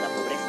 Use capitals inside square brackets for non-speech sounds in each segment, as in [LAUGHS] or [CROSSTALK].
la pobreza.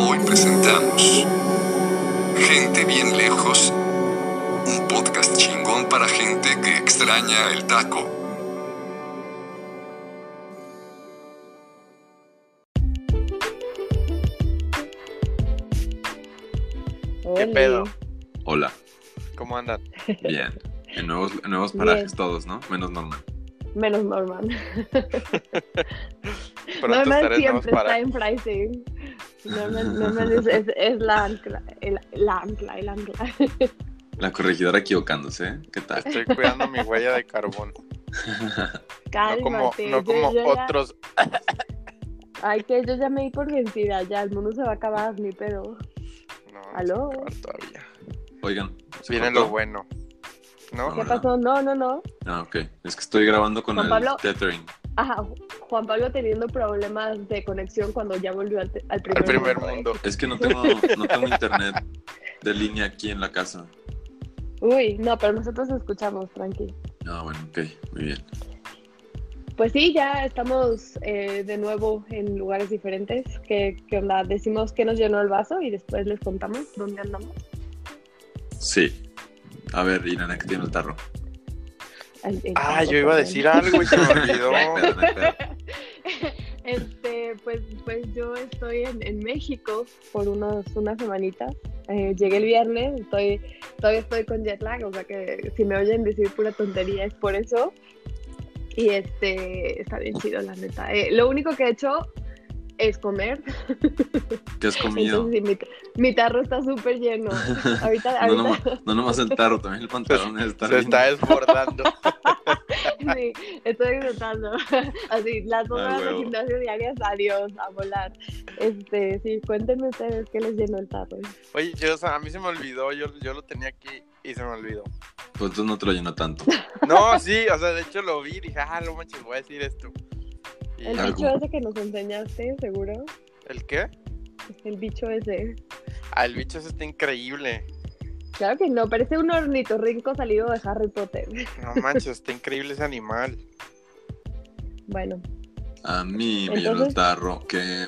Hoy presentamos Gente bien lejos, un podcast chingón para gente que extraña el taco. ¿Qué Oli. pedo? Hola, ¿Cómo andan? bien. En nuevos, en nuevos Bien. parajes todos, ¿no? Menos normal. Menos normal. Pronto normal estaré en nuevos siempre está para. en pricing. Normal, normal es, es- es la ancla, el, la ancla, el ancla. [LAUGHS] La corregidora equivocándose, ¿eh? ¿qué tal? Estoy cuidando mi huella de carbón. No como, Cálmate. no yo- como yo ya- otros. ay, que yo ya me di por vencida, ya el mundo se va a acabar, ni pedo. No, no Aló. se va a acabar todavía. Oigan, ¿se Viene cortó? lo bueno. ¿No? ¿Qué no. pasó? No, no, no. Ah, ok. Es que estoy grabando con Juan el Pablo. tethering. Ajá, Juan Pablo teniendo problemas de conexión cuando ya volvió al, te- al primer, Al primer mundo, eh. mundo. Es que no tengo, no tengo internet de línea aquí en la casa. Uy, no, pero nosotros escuchamos, tranqui. Ah, bueno, ok, muy bien. Pues sí, ya estamos eh, de nuevo en lugares diferentes. ¿Qué, qué onda? Decimos que nos llenó el vaso y después les contamos dónde andamos. Sí. A ver, Irene, que tiene el tarro. Ay, eh, Ah, tampoco yo iba a sé. decir algo y se me [LAUGHS] No hay pedo, olvidó. no hay pedo. [LAUGHS] Este, pues, pues yo estoy en, en México por unos, unas semanitas. Eh, llegué el viernes, estoy, todavía estoy con jet lag, o sea que si me oyen decir pura tontería es por eso. Y este, está bien chido, la neta. Eh, lo único que he hecho es comer. ¿Qué has comido? Entonces, sí, mi, ta- mi tarro está súper [LAUGHS] lleno. Ahorita, No ahorita nomás, [LAUGHS] no nomás el tarro, también el pantalón está Se bien. está [LAUGHS] desbordando. [LAUGHS] sí, estoy explotando. [LAUGHS] Así, las dos Ah, horas de huevo. gimnasio diarias, adiós, a volar. Este, sí, cuéntenme ustedes qué les llenó el tarro. Oye, yo, o sea, a mí se me olvidó. Yo, yo lo tenía aquí y se me olvidó. Pues entonces no te lo lleno tanto. [LAUGHS] No, sí, o sea, de hecho lo vi y dije, ah, lo manches, voy a decir esto. Y- El Algo. bicho ese que nos enseñaste, seguro. ¿El qué? El bicho ese. Ah, el bicho ese está increíble. Claro que no, parece un ornitorrinco salido de Harry Potter. [LAUGHS] No manches, está increíble ese animal. Bueno, A mí me llenó el Entonces- tarro que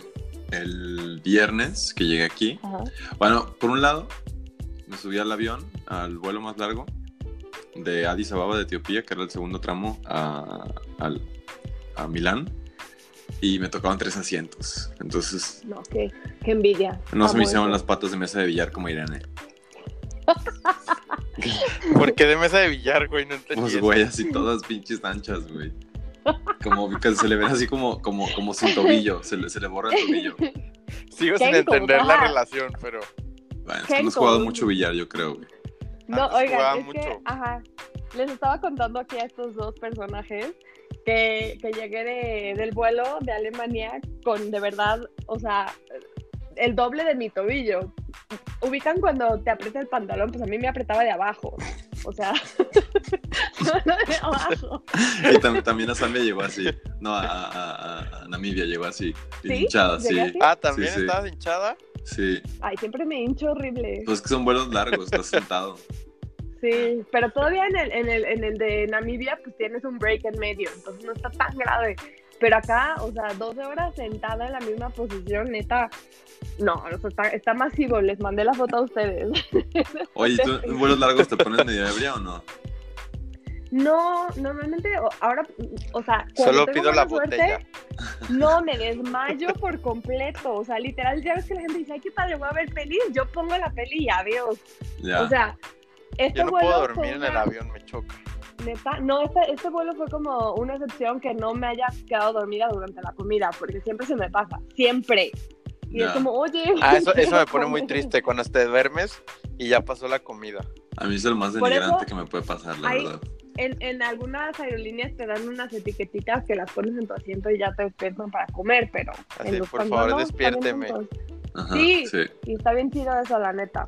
el viernes que llegué aquí. ajá. Bueno, por un lado, me subí al avión, al vuelo más largo de Addis Ababa de Etiopía, que era el segundo tramo a, al- a Milán, y me tocaban tres asientos. Entonces, No, qué, qué envidia. no se me Amo hicieron eso. las patas de mesa de billar como Irene. ¿Por qué de mesa de billar, güey? No entendí. Pues, eso. güey, así todas pinches anchas, güey. Como que se le ven así como, como, como sin tobillo, se le, se le borra el tobillo. Sigo ¿Qué sin hay como entender la para? relación, pero Bueno, es que no has jugado mucho billar, yo creo, güey. No, Antes jugaba oigan, es que, mucho. ajá, les estaba contando aquí a estos dos personajes que, que llegué de- del vuelo de Alemania con, de verdad, o sea, el doble de mi tobillo. Ubican cuando te aprieta el pantalón, pues a mí me apretaba de abajo, o sea, [LAUGHS] no de abajo. Y tam- también a Zambia llegó así. No, a, a- a- a Namibia llegó así. bien ¿Sí? Hinchada, sí. ¿Llegué así? Ah, ¿también Sí, sí. estabas hinchada? Sí. Ay, siempre me hincho horrible. Pues que son vuelos largos, estás sentado. Sí, pero todavía en el, en el, en el de Namibia, pues tienes un break en medio, entonces no está tan grave. Pero acá, o sea, 12 horas sentada en la misma posición, neta, no, o sea, está, está masivo, les mandé la foto a ustedes. [LAUGHS] Oye, ¿tú en vuelos largos te pones medio ebria o no? No, normalmente o- ahora, o sea, cuando Solo tengo pido la mala suerte, botella. No, me desmayo por completo. O sea, literal, ya ves que la gente dice, ay, qué padre, voy a ver pelis. Yo pongo la peli y adiós. Ya. O sea, este Yo no vuelo puedo fue dormir en el una- avión, me choca. neta, no, este, este vuelo fue como una excepción que no me haya quedado dormida durante la comida, porque siempre se me pasa, siempre. Y Ya. es como, oye. Ah, eso, eso me quiero pone muy comer". triste cuando te duermes y ya pasó la comida. A mí es el más Por denigrante eso- que me puede pasar, la Ay. verdad. En, en algunas aerolíneas te dan unas etiquetitas que las pones en tu asiento y ya te despiertan para comer, pero. en Así, los por cuando favor, no, están bien despiérteme. juntos. Ajá, Sí. sí. Sí, Y está bien chido eso, la neta.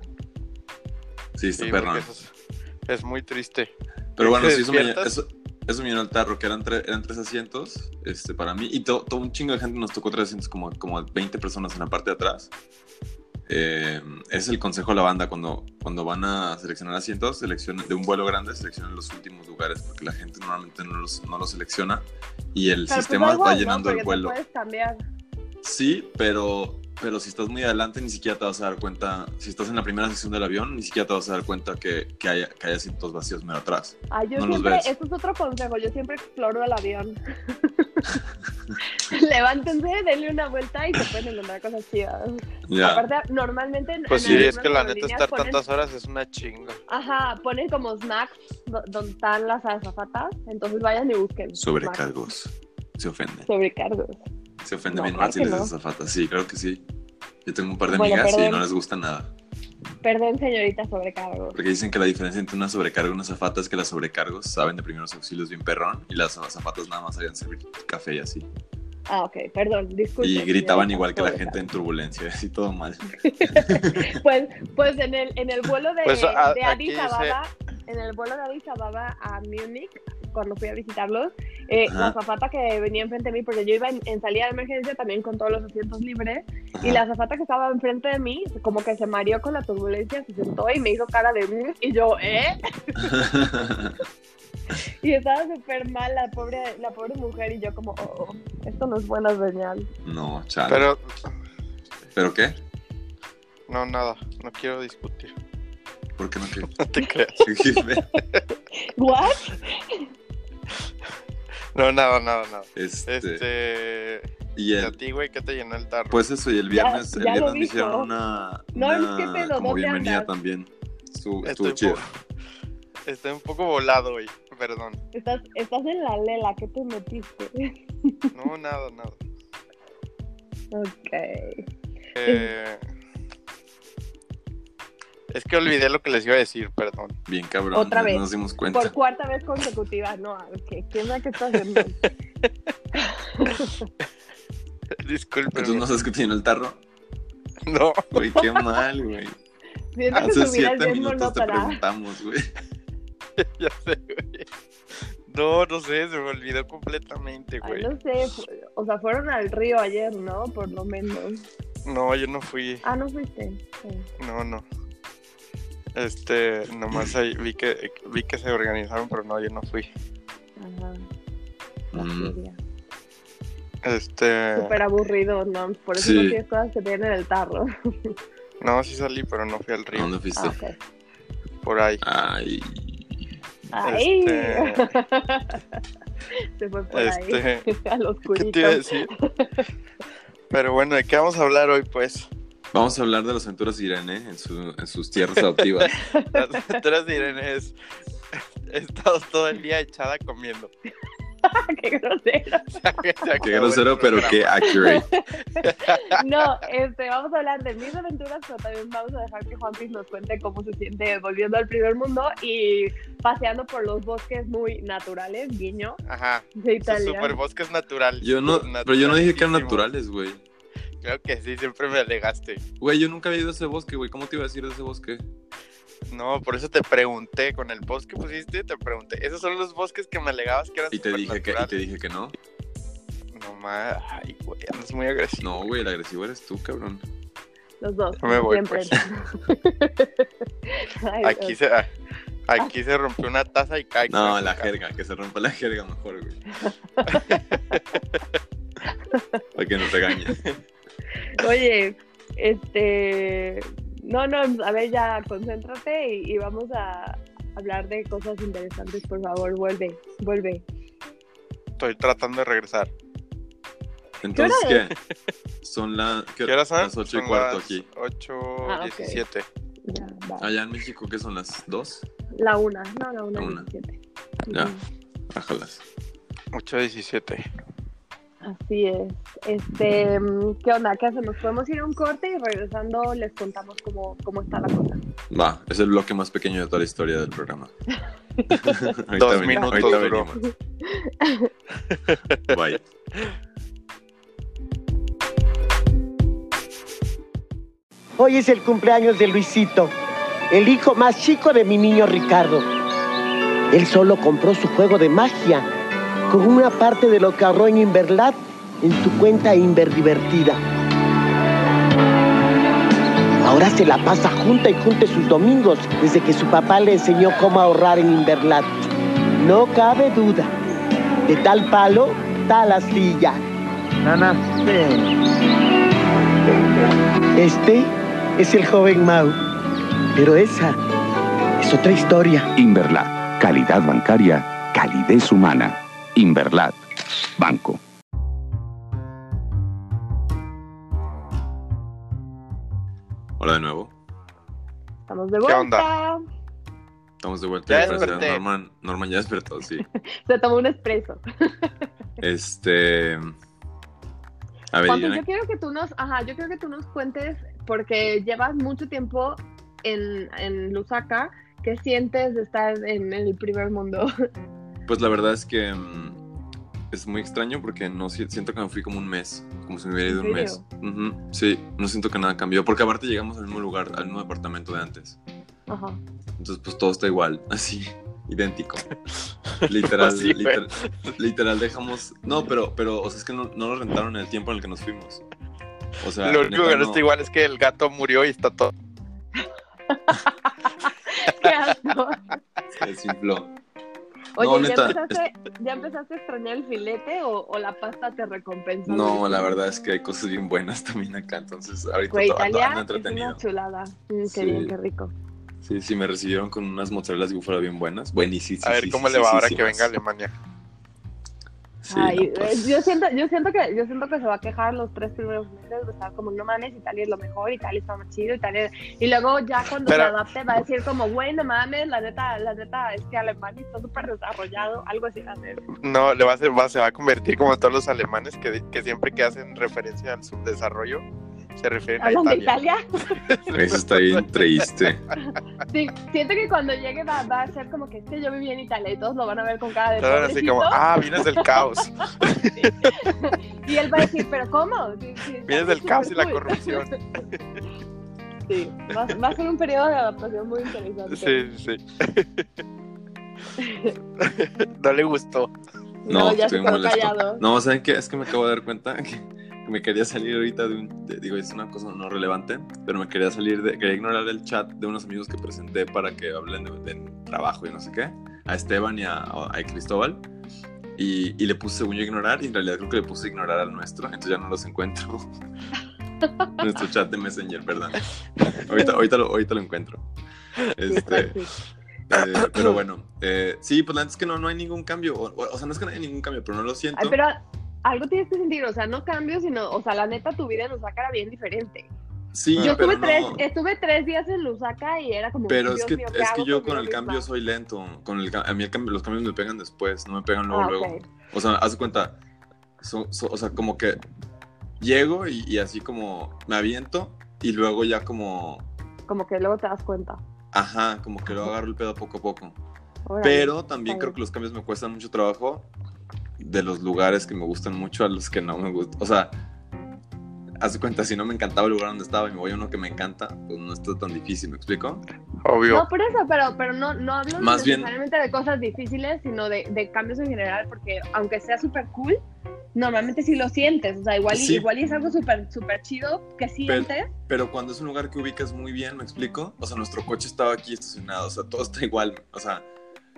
está Sí, perrón. porque eso es, es muy triste. Pero bueno, ¿Te sí, eso me, despiertas? eso, eso me llenó el tarro, que eran, tre- eran tres asientos este, para mí. Y todo un chingo de gente nos tocó tres asientos, como, como 20 personas en la parte de atrás. Eh, es el consejo a la banda cuando, cuando van a seleccionar asientos seleccionen, de un vuelo grande, seleccionen los últimos lugares, porque la gente normalmente no los, no los selecciona y el Pero, pues, sistema da igual, va ¿no? llenando Porque el te vuelo. puedes cambiar. Sí, pero, pero si estás muy adelante ni siquiera te vas a dar cuenta, si estás en la primera sección del avión, ni siquiera te vas a dar cuenta que, que, hay, que hay asientos vacíos medio atrás. Ah, yo No los siempre, ves. esto es otro consejo, yo siempre exploro el avión. [LAUGHS] Levántense, denle una vuelta y se pueden encontrar cosas chidas. Ya. Aparte, normalmente en, Pues en sí, es algunas que la neta aerolíneas estar ponen, tantas horas es una chinga. Ajá, ponen como snacks do- donde están las azafatas, entonces vayan y busquen. snacks. Sobrecargos. Se ofenden. Sobrecargos. Se ofenden No, bien claro fácil que las no. azafatas. Sí, claro que sí. Yo tengo un par de Bueno, amigas y perdón. no les gusta nada. Perdón, señorita, sobrecargos. Porque dicen que la diferencia entre una sobrecarga y una azafata es que las sobrecargos saben de primeros auxilios bien perrón y las azafatas nada más sabían servir café y así. Ah, ok, perdón, disculpe. Y gritaban señorita, igual que la gente sobrecargos. en turbulencia, así todo mal. [LAUGHS] Pues, pues en el en el vuelo de, Pues, a- de aquí Addis dice- Ababa, en el vuelo de Addis Ababa a Múnich, cuando fui a visitarlos, eh, Ajá. la zapata que venía enfrente de mí, porque yo iba en, en salida de emergencia también con todos los asientos libres, y Ajá. la zapata que estaba enfrente de mí, como que se mareó con la turbulencia, se sentó y me hizo cara de "Mm", y yo, ¿eh? Y estaba súper mal la pobre, la pobre mujer, y yo como, oh, oh, esto no es buena señal. [LAUGHS] no, chale. ¿Pero, Pero qué? no, nada, no quiero discutir. [LAUGHS] ¿Por qué no que- [LAUGHS] No te creas. ¿What? No, nada, nada, nada. este, Este. y ¿Y el, a ti, güey, qué te llenó el tarro? Pues eso, y el viernes, Ya- el ya lo viernes me dijo. hicieron una, No, una es que pedo, como ¿dónde bienvenida andas? también. Estuvo, estuvo estoy, un chido. poco, estoy un poco volado hoy, perdón. Estás, estás en la lela, ¿qué te metiste? [LAUGHS] No, nada, nada. ok. Eh, es que olvidé lo que les iba a decir, perdón. [LAUGHS] Bien cabrón, Otra no vez. nos dimos cuenta. Por cuarta vez consecutiva, no, ¿qué, qué es la que estás haciendo? Disculpen. ¿Tú no sabes que tiene el tarro? [LAUGHS] No, Güey, [LAUGHS] qué mal, güey. Siento que Hace tu vida es siete bien minutos te monótona. preguntamos, güey. ya sé, güey. No, no sé, se me olvidó completamente, Ay, güey. no sé, fu- o sea, fueron al río ayer, ¿no? Por lo menos. No, yo no fui. Ah, no fuiste. Sí. No, no. Este, nomás ahí vi que vi que se organizaron, pero no, yo no fui. Ajá. [LAUGHS] Mm. Este, Súper aburrido, ¿no? Por eso Sí. no tienes cosas que tienen en el tarro. no, sí salí, pero no fui al ¿A río, dónde fuiste? Ah, ok. por ahí. Ay. Ay. Este- [LAUGHS] Se fue por ahí. [LAUGHS] Este- A los ¿Qué te iba a curitos. decir? Pero bueno, ¿de qué vamos a hablar hoy, pues? Vamos a hablar de las aventuras de Irene en, su- en sus tierras adoptivas. [LAUGHS] Las aventuras de Irene es... He estado todo el día echada comiendo. [LAUGHS] qué grosero. qué grosero, pero qué accurate. [LAUGHS] No, este, vamos a hablar de mis aventuras, pero también vamos a dejar que Juanpis nos cuente cómo se siente volviendo al primer mundo y paseando por los bosques muy naturales, guiño, Ajá. de Sus Italia. superbosques natural. Yo no, pero yo no dije que eran naturalísimos. naturales, güey. Claro que sí, siempre me alegaste. Güey, yo nunca había ido a ese bosque, güey. ¿Cómo te iba a decir de ese bosque? No, por eso te pregunté, con el bosque pusiste, te pregunté. Esos son los bosques que me alegabas que eran Y te dije que, y te supernaturales. dije que no. No, ma, ay, güey, andas muy agresivo. No, güey, el agresivo eres tú, cabrón. Los dos. Yo me voy, pues. siempre. [LAUGHS] Ay, Aquí se, ah, aquí se rompió una taza y cae. No, la gente. jerga, que se rompa la jerga mejor, [LAUGHS] güey. Para que no regañe. Dios. Oye, este. No, no, a ver, ya concéntrate y, y vamos a, hablar de cosas interesantes, por favor, vuelve, vuelve. Estoy tratando de regresar. Entonces, ¿qué? Son la- ¿qué- ¿Qué horas son? las 8 y Son cuarto las aquí. 8, Ah, ok. 17. Ya, va. Allá en México, ¿qué son las 2? La una, no, la una. La una. diecisiete. Ya. Ujú. Ájalas. 8, 17. Así es. Este, mm, ¿qué onda? ¿Qué hacemos? Podemos ir a un corte y regresando les contamos cómo, cómo está la cosa. Va, es el bloque más pequeño de toda la historia del [LAUGHS] programa. Ahorita Dos ven- minutos ahorita duró. venimos. Bye. Hoy es el cumpleaños de Luisito, el hijo más chico de mi niño Ricardo. Él solo compró su juego de magia con una parte de lo que ahorró en Inverlat en su cuenta Inverdivertida. Ahora se la pasa junta y junta sus domingos desde que su papá le enseñó cómo ahorrar en Inverlat. No cabe duda, de tal palo, tal astilla. Este es el joven Mau, pero esa es otra historia. Inverlat. Calidad bancaria, calidez humana. Inverlat. Banco. Hola de nuevo. Estamos de ¿Qué vuelta. onda? Estamos de Ya vuelta. Gracias, desperté. Norman, Norman ya despertó, sí. Se tomó un expreso. Este. A ver, Juanpi, Diana, yo quiero que tú nos, ajá, yo quiero que tú nos cuentes, porque llevas mucho tiempo en, en Lusaka, ¿qué sientes de estar en el primer mundo? [LAUGHS] pues la verdad es que mm, es muy extraño porque no si- siento que me fui como un mes, como si me hubiera ¿En ido un mes. Ujú, Sí, no siento que nada cambió, porque aparte llegamos al mismo lugar, al mismo departamento de antes. Ajá. Entonces, pues todo está igual, [LAUGHS] así, [LAUGHS] idéntico. Literal, Así, güey. literal, literal, dejamos. No, pero, pero, o sea, es que no, no lo rentaron en el tiempo en el que nos fuimos. O sea, Lo único neta, que no no. está igual es que el gato murió y está todo. Qué asco. se desinfló. Oye, No, ¿ya, neta, empezaste, ¿ya empezaste a extrañar el filete o, o la pasta te recompensa? No, la verdad es que hay cosas bien buenas también acá, entonces ahorita Güey, to- ando- Italia ando es una entretenido. chulada. Mm, qué Sí. bien, qué rico. Sí, sí, me recibieron con unas mozzarellas y búfala bien buenas. Buenísimas. A ver cómo le va ahora que venga Alemania. Sí, Ay, no, pues, eh, yo siento, yo siento que, yo siento que se va a quejar los tres primeros meses, va a estar como no mames, Italia es lo mejor, Italia está más chido, Italia y luego ya cuando Pero- se adapte va a decir como güey no mames, la neta, la neta es que Alemania está súper desarrollado, algo así va a ser. No, le va a hacer, va, se va a convertir como todos los alemanes que, que siempre que hacen referencia al subdesarrollo se refieren a ¿Hablan de Italia. [LAUGHS] Italia? Eso está bien triste. Sí, siento que cuando llegue va, va a ser como que es que yo viví en Italia y todos lo van a ver con cara de Estaban así como, pobrecito. ah, vienes del [LAUGHS] caos, y él va a decir, pero ¿cómo? Sí, sí, está vienes del súper caos y la cool". corrupción. Sí, va, va a ser un periodo de adaptación muy interesante. Sí, sí. sí. no le gustó. No, pues ya estoy se quedó molesto. callado. No, ¿saben qué? Es que me acabo de dar cuenta que, que me quería salir ahorita de un... de- digo, es una cosa no relevante, pero me quería salir de... Quería ignorar el chat de unos amigos que presenté para que hablen de, de trabajo y no sé qué. A Esteban y a, a Cristóbal. Y, y le puse, según yo, ignorar. Y en realidad creo que le puse ignorar al nuestro. Entonces ya no los encuentro. [LAUGHS] nuestro chat de Messenger, perdón. Ahorita, ahorita, lo, ahorita lo encuentro. Sí, Este... sí. Eh, [COUGHS] pero bueno, eh, sí, pues la neta es que no, no hay ningún cambio. O, o- o sea, no es que no hay ningún cambio, pero no lo siento. Ay, pero algo tienes que sentir, o sea, no cambio, sino, o sea, la neta, tu vida en Lusaka era bien diferente. sí, yo pero estuve, tres, no. estuve tres días en Lusaka y era como. Pero Dios es que, mío, ¿qué es que hago yo conmigo con el misma? cambio soy lento. Con el, ca- a mí el cambio- los cambios me pegan después, no me pegan luego, Ah, luego. ok. O sea, haz de cuenta, so- so- o sea, como que llego y, y así como me aviento y luego ya como, Como que luego te das cuenta. ajá, como que lo agarro el pedo poco a poco. Órale. Pero también Está creo bien. que los cambios me cuestan mucho trabajo de los lugares que me gustan mucho a los que no me gustan. O sea, haz de cuenta, si no me encantaba el lugar donde estaba y me voy a uno que me encanta, pues no está tan difícil, ¿me explico? Obvio. No, por eso, pero, pero no, no hablo Más bien- necesariamente de cosas difíciles, sino de, de cambios en general, porque aunque sea súper cool, normalmente sí lo sientes. O sea, igual, y- Sí. igual y es algo súper súper chido que sientes. Pero cuando es un lugar que ubicas muy bien, ¿me explico? O sea, nuestro coche estaba aquí estacionado, o sea, todo está igual, o sea,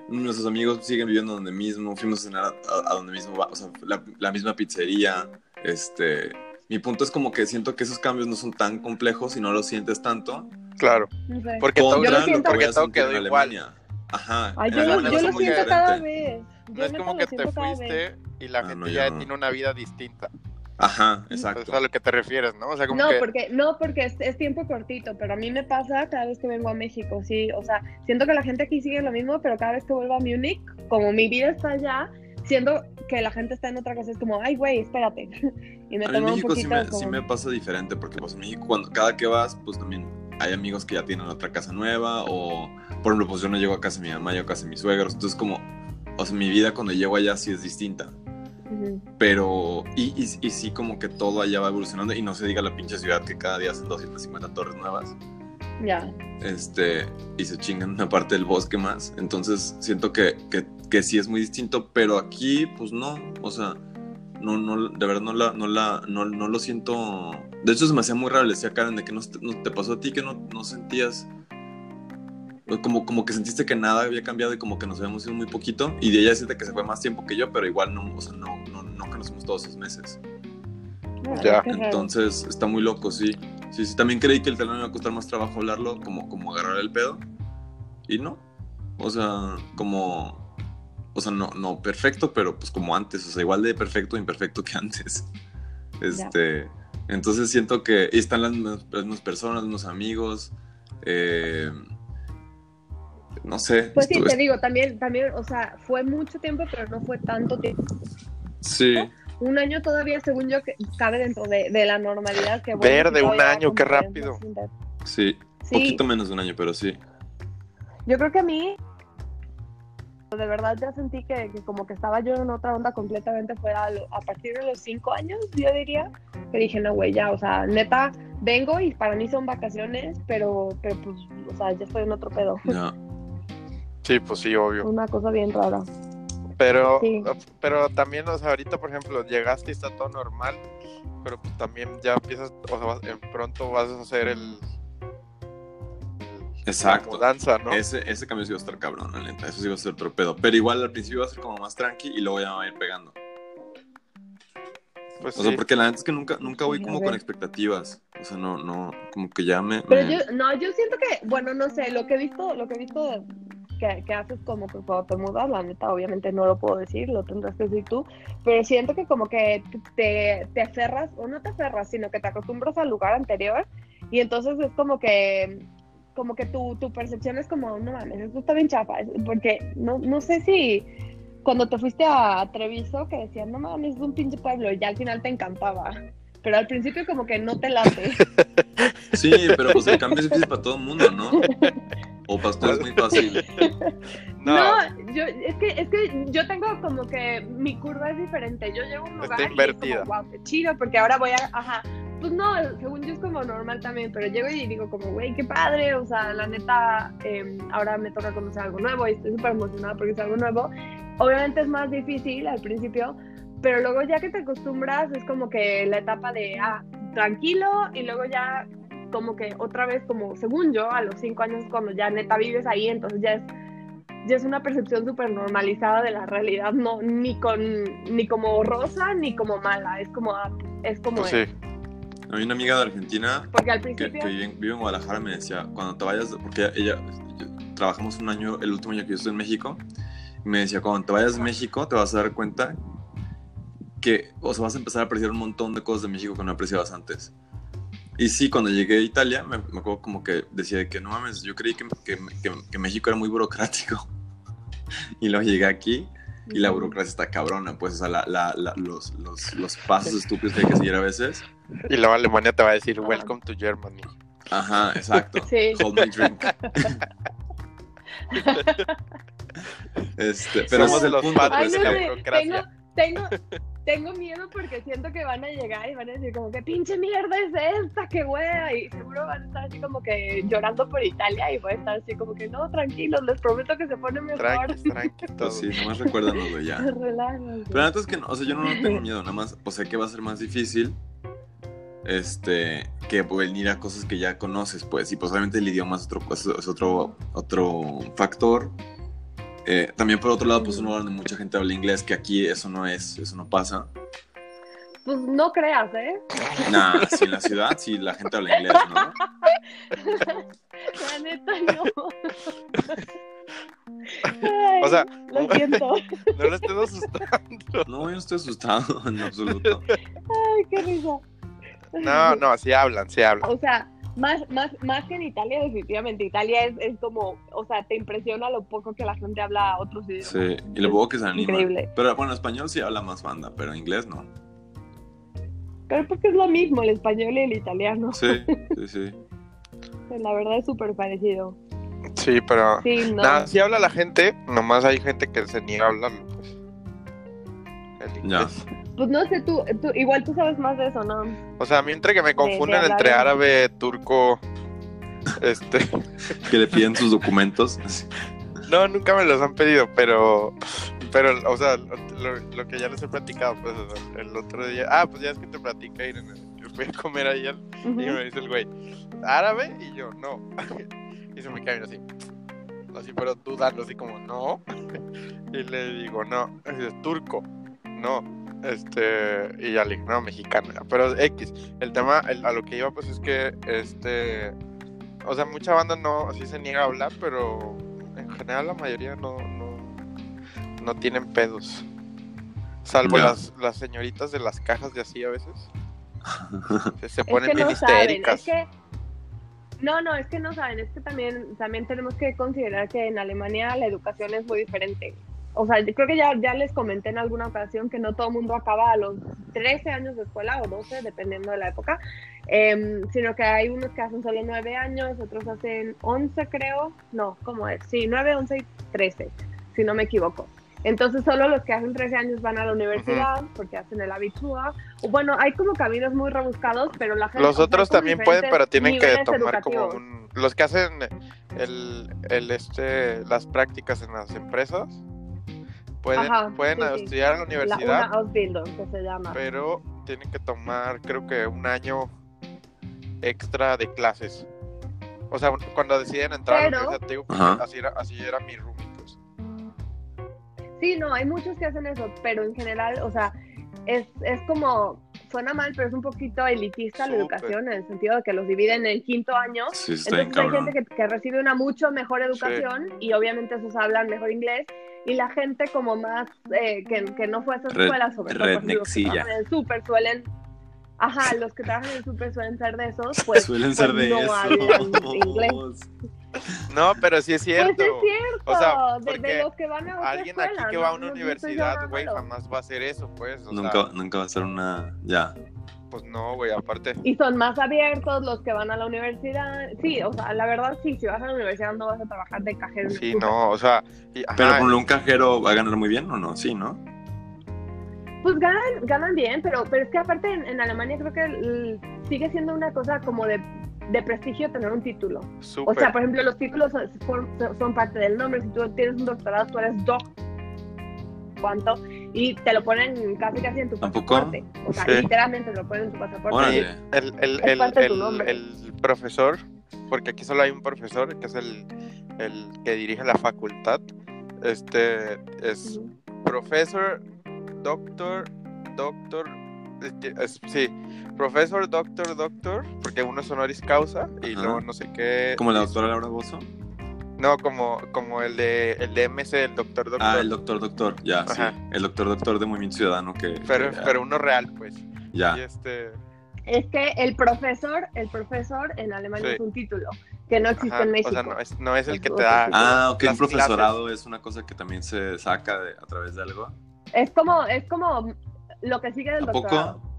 nuestros amigos siguen viviendo donde mismo, fuimos a cenar a, a donde mismo, va- o sea, la, la misma pizzería, este... Mi punto es como que siento que esos cambios no son tan complejos y no los sientes tanto, Claro. no sé. Porque Contra todo, Yo lo siento- que voy porque a todo sentir quedó en igual. Alemania. Ajá. Ay, Ah, yo era lo, una yo cosa lo muy siento diferente. cada vez. Yo No es neta como lo que te siento cada vez. fuiste y la Ah, gente no, yo ya no. tiene una vida distinta. Ajá, Pues, Es exacto. a lo que te refieres, ¿no? O sea, como No, que porque, no, porque es, es tiempo cortito, pero a mí me pasa cada vez que vengo a México, sí. O sea, siento que la gente aquí sigue lo mismo, pero cada vez que vuelvo a Múnich, como mi vida está allá, siento que la gente está en otra cosa, es como, ay, güey, espérate. [LAUGHS] Y me A mí en toma un México poquito sí me, como... sí me pasa diferente, porque pues en México cuando, cada que vas, pues también hay amigos que ya tienen otra casa nueva, o por ejemplo, pues yo no llego a casa de mi mamá, llego a casa de mis suegros, entonces como, o sea, mi vida cuando llego allá sí es distinta, Ujú. pero, y, y, y sí como que todo allá va evolucionando, y no se diga la pinche ciudad que cada día hacen 250 torres nuevas, Ya. este, y se chingan una parte del bosque más, entonces siento que, que, que sí es muy distinto, pero aquí pues no, o sea, no, no, de verdad no la, no la, no, no lo siento, de hecho se me hacía muy raro, le decía a Karen, de que no, te- no te pasó a ti que no, no sentías, pues, como, como que sentiste que nada había cambiado y como que nos habíamos ido muy poquito, y de ella siente que se fue más tiempo que yo, pero igual no, o sea, no, no, no que nos fuimos todos esos meses. Ah, Ya, qué raro. Entonces está muy loco, sí. Sí, sí, también creí que el talón me iba a costar más trabajo hablarlo, como, como agarrar el pedo. Y no. O sea, como. O sea, no, no perfecto, pero pues como antes. O sea, igual de perfecto e imperfecto que [LAUGHS] antes. Este. Entonces siento que y están las mismas, las mismas personas, los mismos amigos. eh, no sé. Pues sí, estuve- te digo, también, también, o sea, fue mucho tiempo, pero no fue tanto tiempo. sí. Un año todavía, según yo, que cabe dentro de, de la normalidad que bueno, Verde, que un todavía año, como qué que rápido. es más intenso. Sí. Sí. Poquito menos de un año, pero sí. Yo creo que a mí, de verdad, ya sentí que, que como que estaba yo en otra onda completamente fuera. a lo- A partir de los cinco años, yo diría, que dije, no, güey, ya, o sea, neta, vengo y para mí son vacaciones, pero, pero pues, o sea, ya estoy en otro pedo. Ya. sí, pues sí, obvio. Una cosa bien rara. Pero, Sí. pero también, o sea, ahorita, por ejemplo, llegaste y está todo normal, pero pues también ya empiezas, o sea, vas- en pronto vas a hacer el... Exacto. La mudanza, ¿no? Ese, ese cambio sí iba a estar cabrón, la neta. Eso sí iba a ser torpedo. Pero igual al principio iba a ser como más tranqui y luego ya me va a ir pegando. Pues O sí. sea, porque la neta es que nunca, nunca voy Sí, a como ver. con expectativas. O sea, no, no, como que ya me. Pero me- yo, no, yo siento que, bueno, no sé, lo que he visto, lo que he visto que, que haces como que cuando te mudas, la neta, obviamente no lo puedo decir, lo tendrás que decir tú, pero siento que como que te, te aferras, o no te aferras, sino que te acostumbras al lugar anterior, y entonces es como que como que tu, tu percepción es como, no mames, esto está bien chafa, es- porque no, no sé si cuando te fuiste a Treviso que decían, no mames, es un pinche pueblo, y ya al final te encantaba, pero al principio como que no te late. Sí, pero pues el cambio es difícil para todo el [LAUGHS] mundo, ¿no? O para ustedes es muy fácil. No, No, yo, es, que, es que yo tengo como que mi curva es diferente. Yo llego a un Está lugar y invertida. es como, wow, qué chido, porque ahora voy a, ajá. Pues no, según yo es como normal también, pero llego y digo como, güey, qué padre, o sea, la neta, eh, ahora me toca conocer algo nuevo y estoy súper emocionada porque es algo nuevo. Obviamente es más difícil al principio, pero luego ya que te acostumbras es como que la etapa de, ah, tranquilo y luego ya como que otra vez, como según yo, a los cinco años es cuando ya neta vives ahí, entonces ya es ya es una percepción súper normalizada de la realidad, no, ni con ni como rosa ni como mala, es como ah, es como pues es. sí. A mí una amiga de Argentina porque al que, principio que vive, en- vive en Guadalajara me decía, cuando te vayas, porque ella, yo- trabajamos un año, el último año que yo estuve en México, y me decía, cuando te vayas a México te vas a dar cuenta que, o sea, vas a empezar a apreciar un montón de cosas de México que no apreciabas antes. Y sí, cuando llegué a Italia, me, me acuerdo como que decía de que no mames, yo creí que, que- que- que México era muy burocrático. [LAUGHS] y luego llegué aquí y la burocracia está cabrona, pues, o sea, la- la- la- los, los- los pasos estúpidos que hay que seguir a veces. Y luego Alemania te va a decir, welcome to Germany. [LAUGHS] Ajá, exacto. Sí. Hold my drink. este, pero ese Somos es el los punto, padres Ay, pues, no la que- sé, tengo, burocracia. tengo, tengo miedo porque siento que van a llegar y van a decir como que pinche mierda es esta, qué wea, y seguro van a estar así como que llorando por Italia y voy a estar así como que no, tranquilos, les prometo que se pone mejor. Tranqui, [LAUGHS] tranqui, todo. pues sí, nomás recuérdanos, güey, ya. Relájense. Pero antes que no, o sea, yo no tengo miedo, nada más, o sea, que va a ser más difícil este, que venir a cosas que ya conoces, pues, y posiblemente el idioma es otro, es, es otro, otro factor. Eh, también por otro lado, pues un lugar donde mucha gente habla inglés, que aquí eso no es, eso no pasa. Pues no creas, ¿eh? Nah, si en la ciudad, si la gente habla inglés, ¿no? [LAUGHS] La neta no. sea, lo [LAUGHS] siento. no lo estés asustando. No, yo no estoy asustado [LAUGHS] [LAUGHS] en absoluto. Ay, qué risa. No, no, así hablan, sí hablan. O sea, más, más, más que en Italia, definitivamente. Italia es, es como, o sea, te impresiona lo poco que la gente habla otros idiomas. Sí, y lo poco que se anima. Increíble. Pero bueno, español sí habla más banda, pero inglés no. Pero porque es lo mismo el español y el italiano. Pues Sí, sí, sí. La verdad es súper parecido. Sí, pero. Sí, no. Nada, sí habla la gente, nomás hay gente que se niega a hablarlo, pues. El Ya. inglés. Pues no sé, tú, tú, igual tú sabes más de eso, ¿no? O sea, a mí entre que me confunden hablar entre en- árabe, turco, este. [LAUGHS] Que le piden sus documentos. No, nunca me los han pedido, pero. Pero, o sea, lo, lo que ya les he platicado, pues o sea, el otro día. Ah, pues ya es que te platica, Irene. Yo fui a comer ayer y Ujú. me dice el güey, ¿árabe? Y yo, no. [LAUGHS] Y se me cae así. Así, pero dudando, así como, no. [LAUGHS] Y le digo, no. Y dice, turco. No. Este. Y ya le dije, no, mexicano. Pero X. El tema, el- a lo que iba, pues es que, este. O sea, mucha banda no, sí se niega a hablar, pero en general la mayoría no, no, no tienen pedos. Salvo Ya. las, las señoritas de las cajas de así a veces. Se, se es ponen que bien no saben, histéricas. es que no, no, es que no saben, es que también, también tenemos que considerar que en Alemania la educación es muy diferente. O sea, yo creo que ya, ya les comenté en alguna ocasión que no todo el mundo acaba a los 13 años de escuela o 12, dependiendo de la época, em, sino que hay unos que hacen solo 9 años, otros hacen 11 creo, no, ¿cómo es? Sí, 9, 11 y 13, si no me equivoco. Entonces solo los que hacen 13 años van a la universidad porque hacen el habitúa. O Bueno, hay como caminos muy rebuscados, pero la gente... o Los sea, hay otros como también pueden, diferentes pero tienen que niveles tomar como educativos. un... Los que hacen el, el este, las prácticas en las empresas pueden, Ajá, pueden sí, sí. estudiar en la La- universidad, una Ausbildung, que se llama. pero tienen que tomar creo que un año extra de clases. O sea, cuando deciden entrar a la Pero- universidad, te digo, porque Ajá. así, era, así era mi roomie, pues. Sí, no, hay muchos que hacen eso, pero en general, o sea, es, es como, suena mal, pero es un poquito elitista la Súper. educación, en el sentido de que los dividen en quinto año. Sí, está bien Entonces hay cabrón. gente que, que recibe una mucho mejor educación y obviamente esos hablan mejor inglés. Y la gente como más eh, que, que no fue a esas Red- escuelas, sobre todo por ejemplo, los que rednecksilla. trabajan en el súper suelen... Ajá, los que trabajan en el súper suelen ser de esos, [LAUGHS] pues, Suelen pues, ser de no hablan inglés. esos. No, pero sí [LAUGHS] Pues es cierto. es cierto, O de- sea, de, porque los que van a otra Alguien aquí escuela, que no- va a no- una no estoy universidad, hablando güey, malo. jamás va a hacer eso, pues. o Nunca, sea, nunca va a ser una. Ya. pues no, güey, aparte. Y son más abiertos los que van a la universidad. Sí, o sea, la verdad, sí, si vas a la universidad no vas a trabajar de cajero. Sí, no, o sea. y- Pero ajá, por ejemplo, un cajero va a ganar muy bien o no? Sí, ¿no? Pues ganan, ganan bien, pero, pero es que aparte en, en Alemania creo que mm, sigue siendo una cosa como de, de prestigio tener un título. súper. O sea, por ejemplo, los títulos son, son- son parte del nombre. Si tú tienes un doctorado, tú eres doc. ¿Cuánto? Y te lo ponen casi casi en tu ¿Tampoco? pasaporte. O sea, Sí. literalmente te lo ponen en tu pasaporte. Órale. Sí, el, el, Es el- parte de tu el- nombre. el profesor, porque aquí solo hay un profesor, que es el, el que dirige la facultad, este es Ujú. profesor, doctor, doctor, este, es- sí, profesor, doctor, doctor, porque uno es honoris causa y Ajá. luego no sé qué. Como la y- doctora Laura Bozo. No, como, como el, de, el de MC, el doctor, doctor. Ah, el doctor, doctor. Ya, sí. Ajá. El doctor, doctor de Movimiento Ciudadano que. pero, que- pero uno real, pues. Ya. Y este, Es que el profesor, el profesor en Alemania Sí. es un título que no existe ajá, en México. o sea, no es, no es el Es que te otro da. tipo. Ah, ok, un Las clases. profesorado es una cosa que también se saca de- a través de algo. Es como, es como lo que sigue del ¿A doctorado. poco?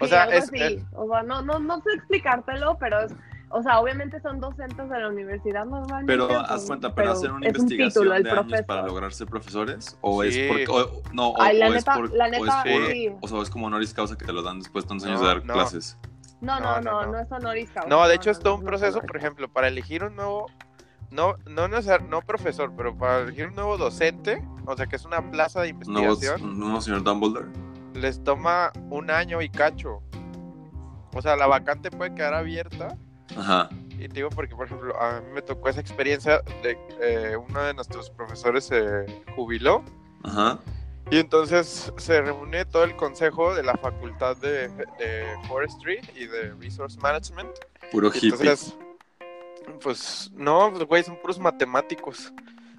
O sea, algo es- así. es- O sea, no, no, no sé explicártelo, pero es, o sea, obviamente son docentes de la universidad normalmente. Pero pues, haz cuenta, pero hacen una es un investigación título, el de años profesor. para lograr ser profesores o Sí. es porque o- no o, Ay, la o es neta- por- la o es neta, por- sí. o sea, es como honoris causa que te lo dan después de tantos años No, de dar no. clases. No, no, no, No, no, no, no. es honoris causa. No, de hecho es todo un no, proceso, no. por ejemplo, para elegir un nuevo, no, no, necesar- no profesor, pero para elegir un nuevo docente, o sea que es una plaza de Nuevos, investigación, nuevo señor Dumbledore. les toma un año y cacho. O sea, la vacante puede quedar abierta. Ajá. Y te digo porque, por ejemplo, a mí me tocó esa experiencia de eh, uno de nuestros profesores se jubiló Ajá. y entonces se reúne todo el consejo de la facultad de, de Forestry y de Resource Management Puro Y hippie. Entonces, pues no, pues, güey, son puros matemáticos.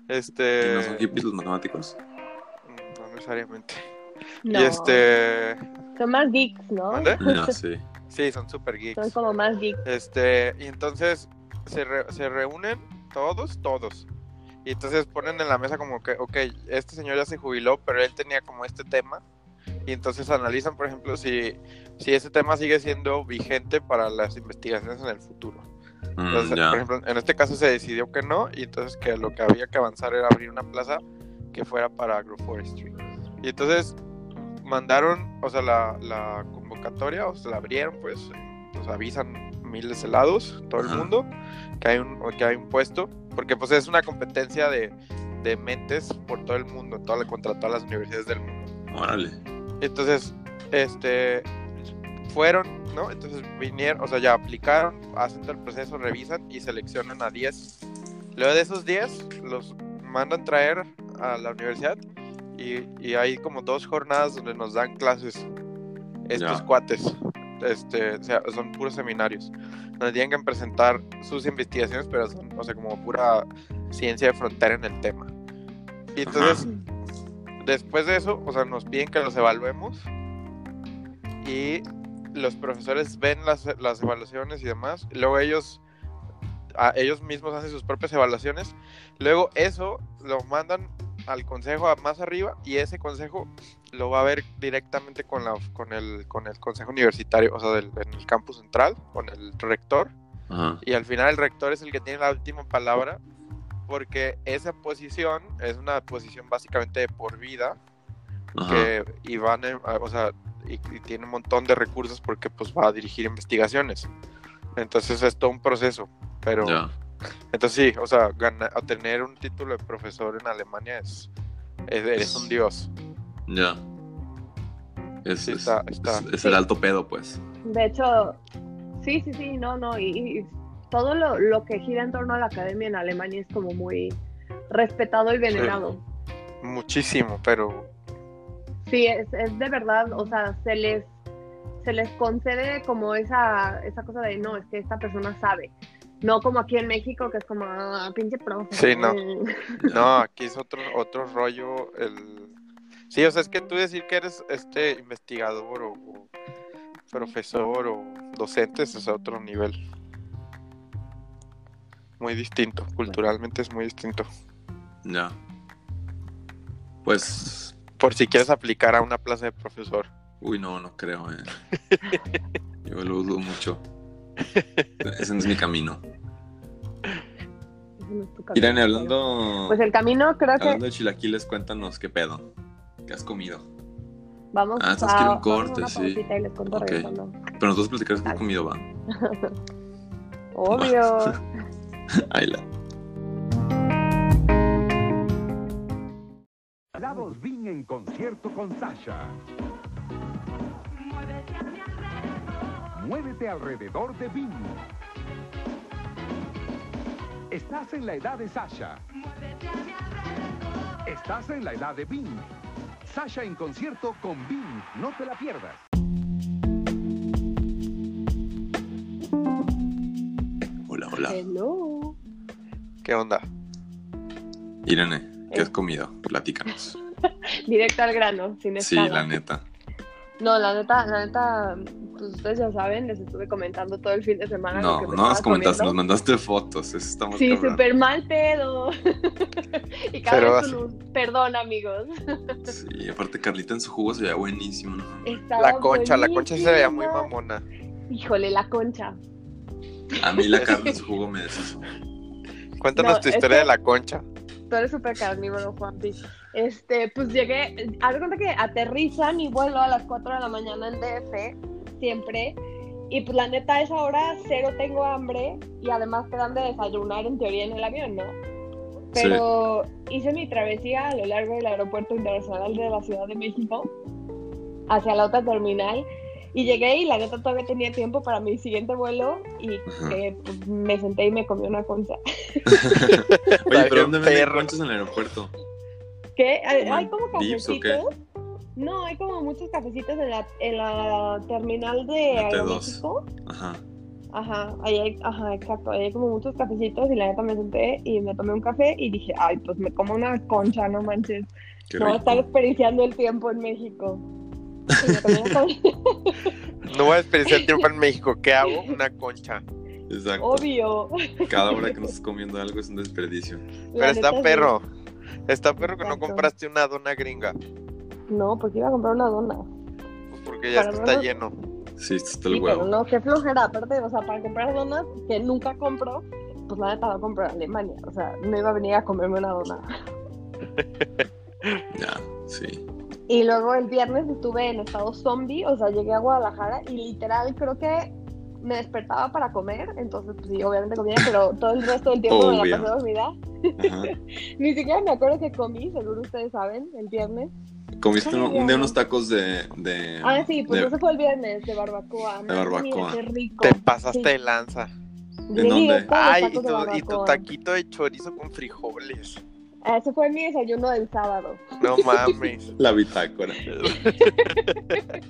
Este. ¿No son hippies [LAUGHS] los matemáticos? mm, No necesariamente. No, Y este. Son más geeks, ¿no? ¿Mande? No, sí. Sí, son super geeks. Son como más geeks. Este, y entonces se, re- se reúnen todos, todos. Y entonces ponen en la mesa como que, ok, este señor ya se jubiló, pero él tenía como este tema. Y entonces analizan, por ejemplo, si, si ese tema sigue siendo vigente para las investigaciones en el futuro. Mm, Entonces, ya. por ejemplo, en este caso se decidió que no, y entonces que lo que había que avanzar era abrir una plaza que fuera para agroforestry. Y entonces mandaron, o sea, la, la convocatoria, o sea, la abrieron, pues, nos avisan miles de lados, todo el Ajá. mundo, que hay un, que hay un puesto, porque pues es una competencia de, de mentes por todo el mundo, toda la, contra todas las universidades del mundo. Órale. Entonces, este, fueron, ¿no? Entonces vinieron, o sea, ya aplicaron, hacen todo el proceso, revisan y seleccionan a 10. Luego de esos 10, los mandan traer a la universidad y, y hay como dos jornadas donde nos dan clases estos Ya. cuates. Este, o sea, son puros seminarios donde tienen que presentar sus investigaciones, pero son, o sea, como pura ciencia de frontera en el tema. Y entonces, después de eso, o sea, nos piden que los evaluemos y los profesores ven las, las evaluaciones y demás. y Luego ellos, a- ellos mismos hacen sus propias evaluaciones. Luego eso lo mandan al consejo a- más arriba y ese consejo lo va a ver directamente con, la, con, el, con el consejo universitario, o sea, del, en el campus central, con el rector Ajá. y al final el rector es el que tiene la última palabra porque esa posición es una posición básicamente de por vida Ajá. que y van en- a- o sea y, y tiene un montón de recursos porque pues va a dirigir investigaciones entonces es todo un proceso pero Ya. entonces sí o sea gana- a tener un título de profesor en Alemania es, es- eres un dios Ya. Es, Sí, es- está- está. es- es el alto pedo, pues. De hecho, sí, sí, sí, no, no. Y, y todo lo, lo que gira en torno a la academia en Alemania es como muy respetado y venerado. muchísimo pero Sí, es, es de verdad, o sea, se les, se les concede como esa, esa cosa de no, es que esta persona sabe. No como aquí en México, que es como, ah, pinche profe. [LAUGHS] Sí, no. No, aquí es otro, otro rollo. El... Sí, o sea, es que tú decir que eres este investigador o, o profesor o docente ese es a otro nivel. Muy distinto, culturalmente es muy distinto. Ya. Pues. Por si quieres aplicar a una plaza de profesor. Uy, no, no creo, eh. Yo lo dudo mucho. Ese no es mi camino. Ese no es tu camino. Irene, hablando, Pues el camino creo que hablando de chilaquiles, cuéntanos qué pedo. ¿Qué has comido? vamos Ah, entonces a, quiero un vamos a una corte, sí. pausita Y les cuento Ok. regresando. Pero nosotros platicamos qué has Dale. [LAUGHS] comido, va. [LAUGHS] Obvio. Ayla. Lados Vin en concierto con Sasha. Muévete alrededor de Vin. Estás en la edad de Sasha. Estás en la edad de Vin. Sasha en concierto con Vin. No te la pierdas. Hola, hola. Eh, Hello. ¿Qué onda? Irene, ¿qué Eh. has comido? Platícanos. Directo al grano, sin Sí, escala. la neta. No, la neta, la neta, pues ustedes ya saben, les estuve comentando todo el fin de semana. lo No, que me no nos estaba comentaste, nos comiendo. mandaste fotos. Eso está muy Sí, cabrón. súper mal [LAUGHS] pedo. y cada Pero vez con un perdón, amigos. Sí, aparte Carlita en su jugo se veía buenísimo. ¿no? Estaba La concha, la concha se veía muy buenísima. mamona. Híjole, la concha. A mí [LAUGHS] la Carla en su jugo me deshizo. Cuéntanos No, tu es historia que- de la concha. Tú eres súper carnívoro, Juanpi. Este, pues llegué, haz de cuenta que aterrizan y vuelo a las 4 de la mañana en DF, siempre. Y pues la neta, a esa hora cero tengo hambre y además te dan de desayunar en teoría en el avión, ¿no? Pero hice mi travesía a lo largo del aeropuerto internacional de la Ciudad de México hacia la otra terminal y llegué y la neta todavía tenía tiempo para mi siguiente vuelo y Ajá. eh, pues, me senté y me comí una concha. [LAUGHS] Oye, pero bien ¿dónde venden perro. conchas en el aeropuerto? ¿Qué? ¿Hay, ¿Como hay en como Vips o qué? cafecitos? No, hay como muchos cafecitos en la, en la terminal de La T2. Aeroméxico. Ajá. Ajá, ahí hay, ajá, exacto, ahí hay como muchos cafecitos y la neta me senté y me tomé un café y dije, ay, pues me como una concha, no manches. Qué no voy a rico. estar desperdiciando el tiempo en México. Y me tomé una concha. No voy a desperdiciar tiempo en México. ¿Qué hago? Una concha. Exacto. Obvio. Cada hora que no estás comiendo algo es un desperdicio. [LAUGHS] Pero La neta, está sí. perro. Está perro que no Exacto. compraste una dona gringa. No, porque iba a comprar una dona. Pues porque ya Para está donas- lleno. Sí, esto está Sí, el pero huevo. no, qué flojera. Aparte, o sea, para comprar donas que nunca compro, pues la neta va a comprar en Alemania. O sea, no iba a venir a comerme una dona. Ya, sí. Y luego el viernes estuve en estado zombie, o sea, llegué a Guadalajara y literal creo que me despertaba para comer. Entonces, pues sí, obviamente comía, pero todo el resto del tiempo me Obvio. la pasé dormida. Ajá. Ni siquiera me acuerdo que comí, seguro ustedes saben, el viernes. Comiste Ay, un, un ya. de unos tacos de. de Ah, sí, pues de- eso fue el viernes de barbacoa. De barbacoa. qué rico. Te pasaste Sí. de lanza. Llegué ¿En dónde? directa a los Ay, y tacos de tu, y tu barbacoa. Ah, taquito de chorizo con frijoles. Ese fue mi desayuno del sábado. [LAUGHS] No mames. [LAUGHS] La bitácora.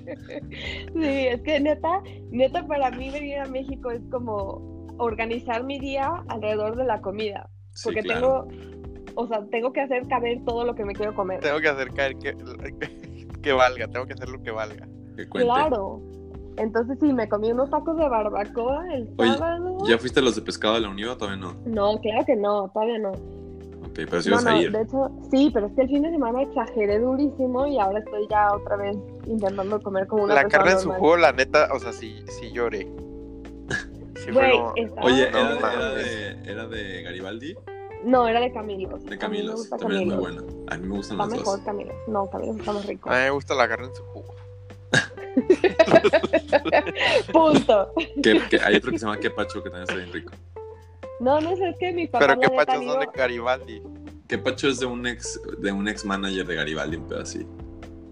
Sí, es que neta, neta para mí venir a México es como organizar mi día alrededor de la comida, Sí, porque claro. tengo, o sea, tengo que hacer caber todo lo que me quiero comer. Tengo que hacer caer que, que valga. Tengo que hacer lo que valga. Que cuente. Claro. Entonces sí, me comí unos tacos de barbacoa el Oye, sábado. ¿Ya fuiste a los de pescado de la Univa o todavía no? No, claro que no, todavía no. Ok, pero sí no, vas no, a ir. de hecho, sí, pero es que el fin de semana exageré durísimo y ahora estoy ya otra vez intentando comer como una La persona carne en su normal. jugo, la neta, o sea, sí, sí lloré. Sí, fue Güey, como- estaba- Oye, No era, de- era mames. de, era de Garibaldi, No, era de Camilo. de Camilo. También es muy buena. A mí me Está gustan las dos. mejor Camilo. No, Camilo está más rico. a mí me gusta la carne en su jugo. [LAUGHS] Punto. [LAUGHS] Que, que hay otro que se llama Quepacho que también está bien rico. No, no sé, es que mis papás la Pero qué neta, pachos son digo, de Garibaldi. Quepacho es de un ex de un ex manager de Garibaldi, pero así.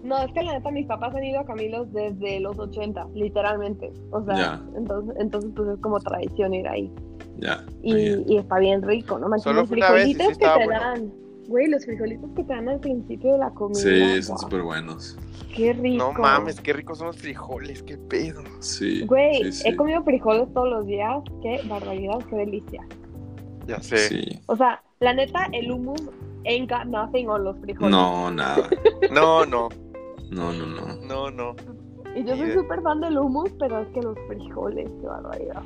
No, es que la neta mis papás han ido a Camilos desde los 80, literalmente. O sea, Ya. entonces, entonces pues es como tradición ir ahí. Ya. Y, muy bien. y está bien rico, ¿no? Manches, Solo los fui una vez y sí frijolitos que estaba te bueno. dan. Güey, los frijolitos que te dan al principio de la comida. Sí, son guau, súper buenos. Qué rico. No mames, qué ricos son los frijoles, qué pedo. Sí. Güey, sí, sí. he comido frijoles todos los días. Qué barbaridad, qué delicia. Ya sé. Sí. O sea, la neta, el hummus ain't got nothing on los frijoles. No, nada. No, no, No, no, [LAUGHS] no. no, no. Y yo soy Y- súper fan del hummus, pero es que los frijoles, qué barbaridad.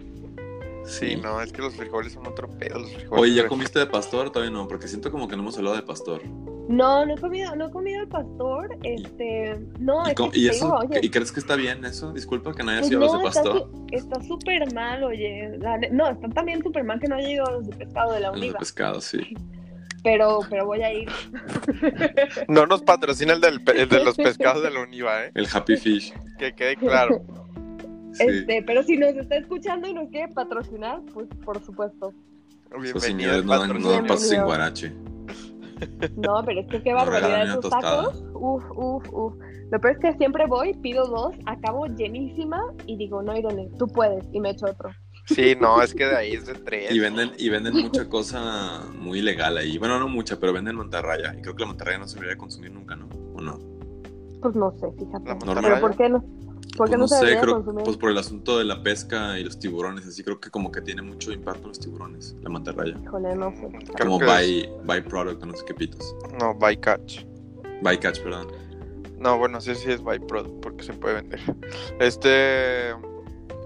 Sí, no, es que los frijoles son otro pedo. Los frijoles, Oye, ¿ya güey. comiste de pastor? Todavía no, porque siento como que no hemos hablado de pastor. No, no he comido, no he comido el pastor, este, no, ¿Y, es co- que y te digo, eso, oye, ¿Y crees que está bien eso? Disculpa que no haya pues sido los de no, está pastor. su- está súper mal, oye, la ne- no, está también súper mal que no haya ido a los de pescado de la Los de Univa, [LAUGHS] pescado, sí. pero, pero voy a ir, No nos patrocina el, del pe- el de los pescados de la Univa, ¿eh? El Happy Fish. Que quede claro. Sí. este, pero si nos está escuchando y nos quiere patrocinar, pues por supuesto, Esos Bienvenido señores al no dan, no dan patrocinio. pasos sin guarache. no, pero es que qué No regalan ni barbaridad una esos tostada. tacos, uf, uf, uf, lo peor es que siempre voy, pido dos, acabo llenísima y digo, no, Irene, tú puedes, y me echo otro. Sí, no, es que de ahí es de tres. Y venden, y [LAUGHS] venden mucha cosa muy legal ahí. Bueno, no mucha, pero venden mantarraya. Y creo que la mantarraya no se debería consumir nunca, ¿no? ¿O no? Pues no sé, fíjate. La Normal. Pero mantarraya. ¿por qué no? ¿Por Pues qué no, se debería creo, consumir? pues por el asunto de la pesca y los tiburones, así creo que como que tiene mucho impacto en los tiburones, la mantarraya. Híjole, no sé. Creo como que by, byproduct, no sé qué pitos. No, bycatch. Bycatch, perdón. No, bueno, sí, sí es byproduct porque se puede vender. Este.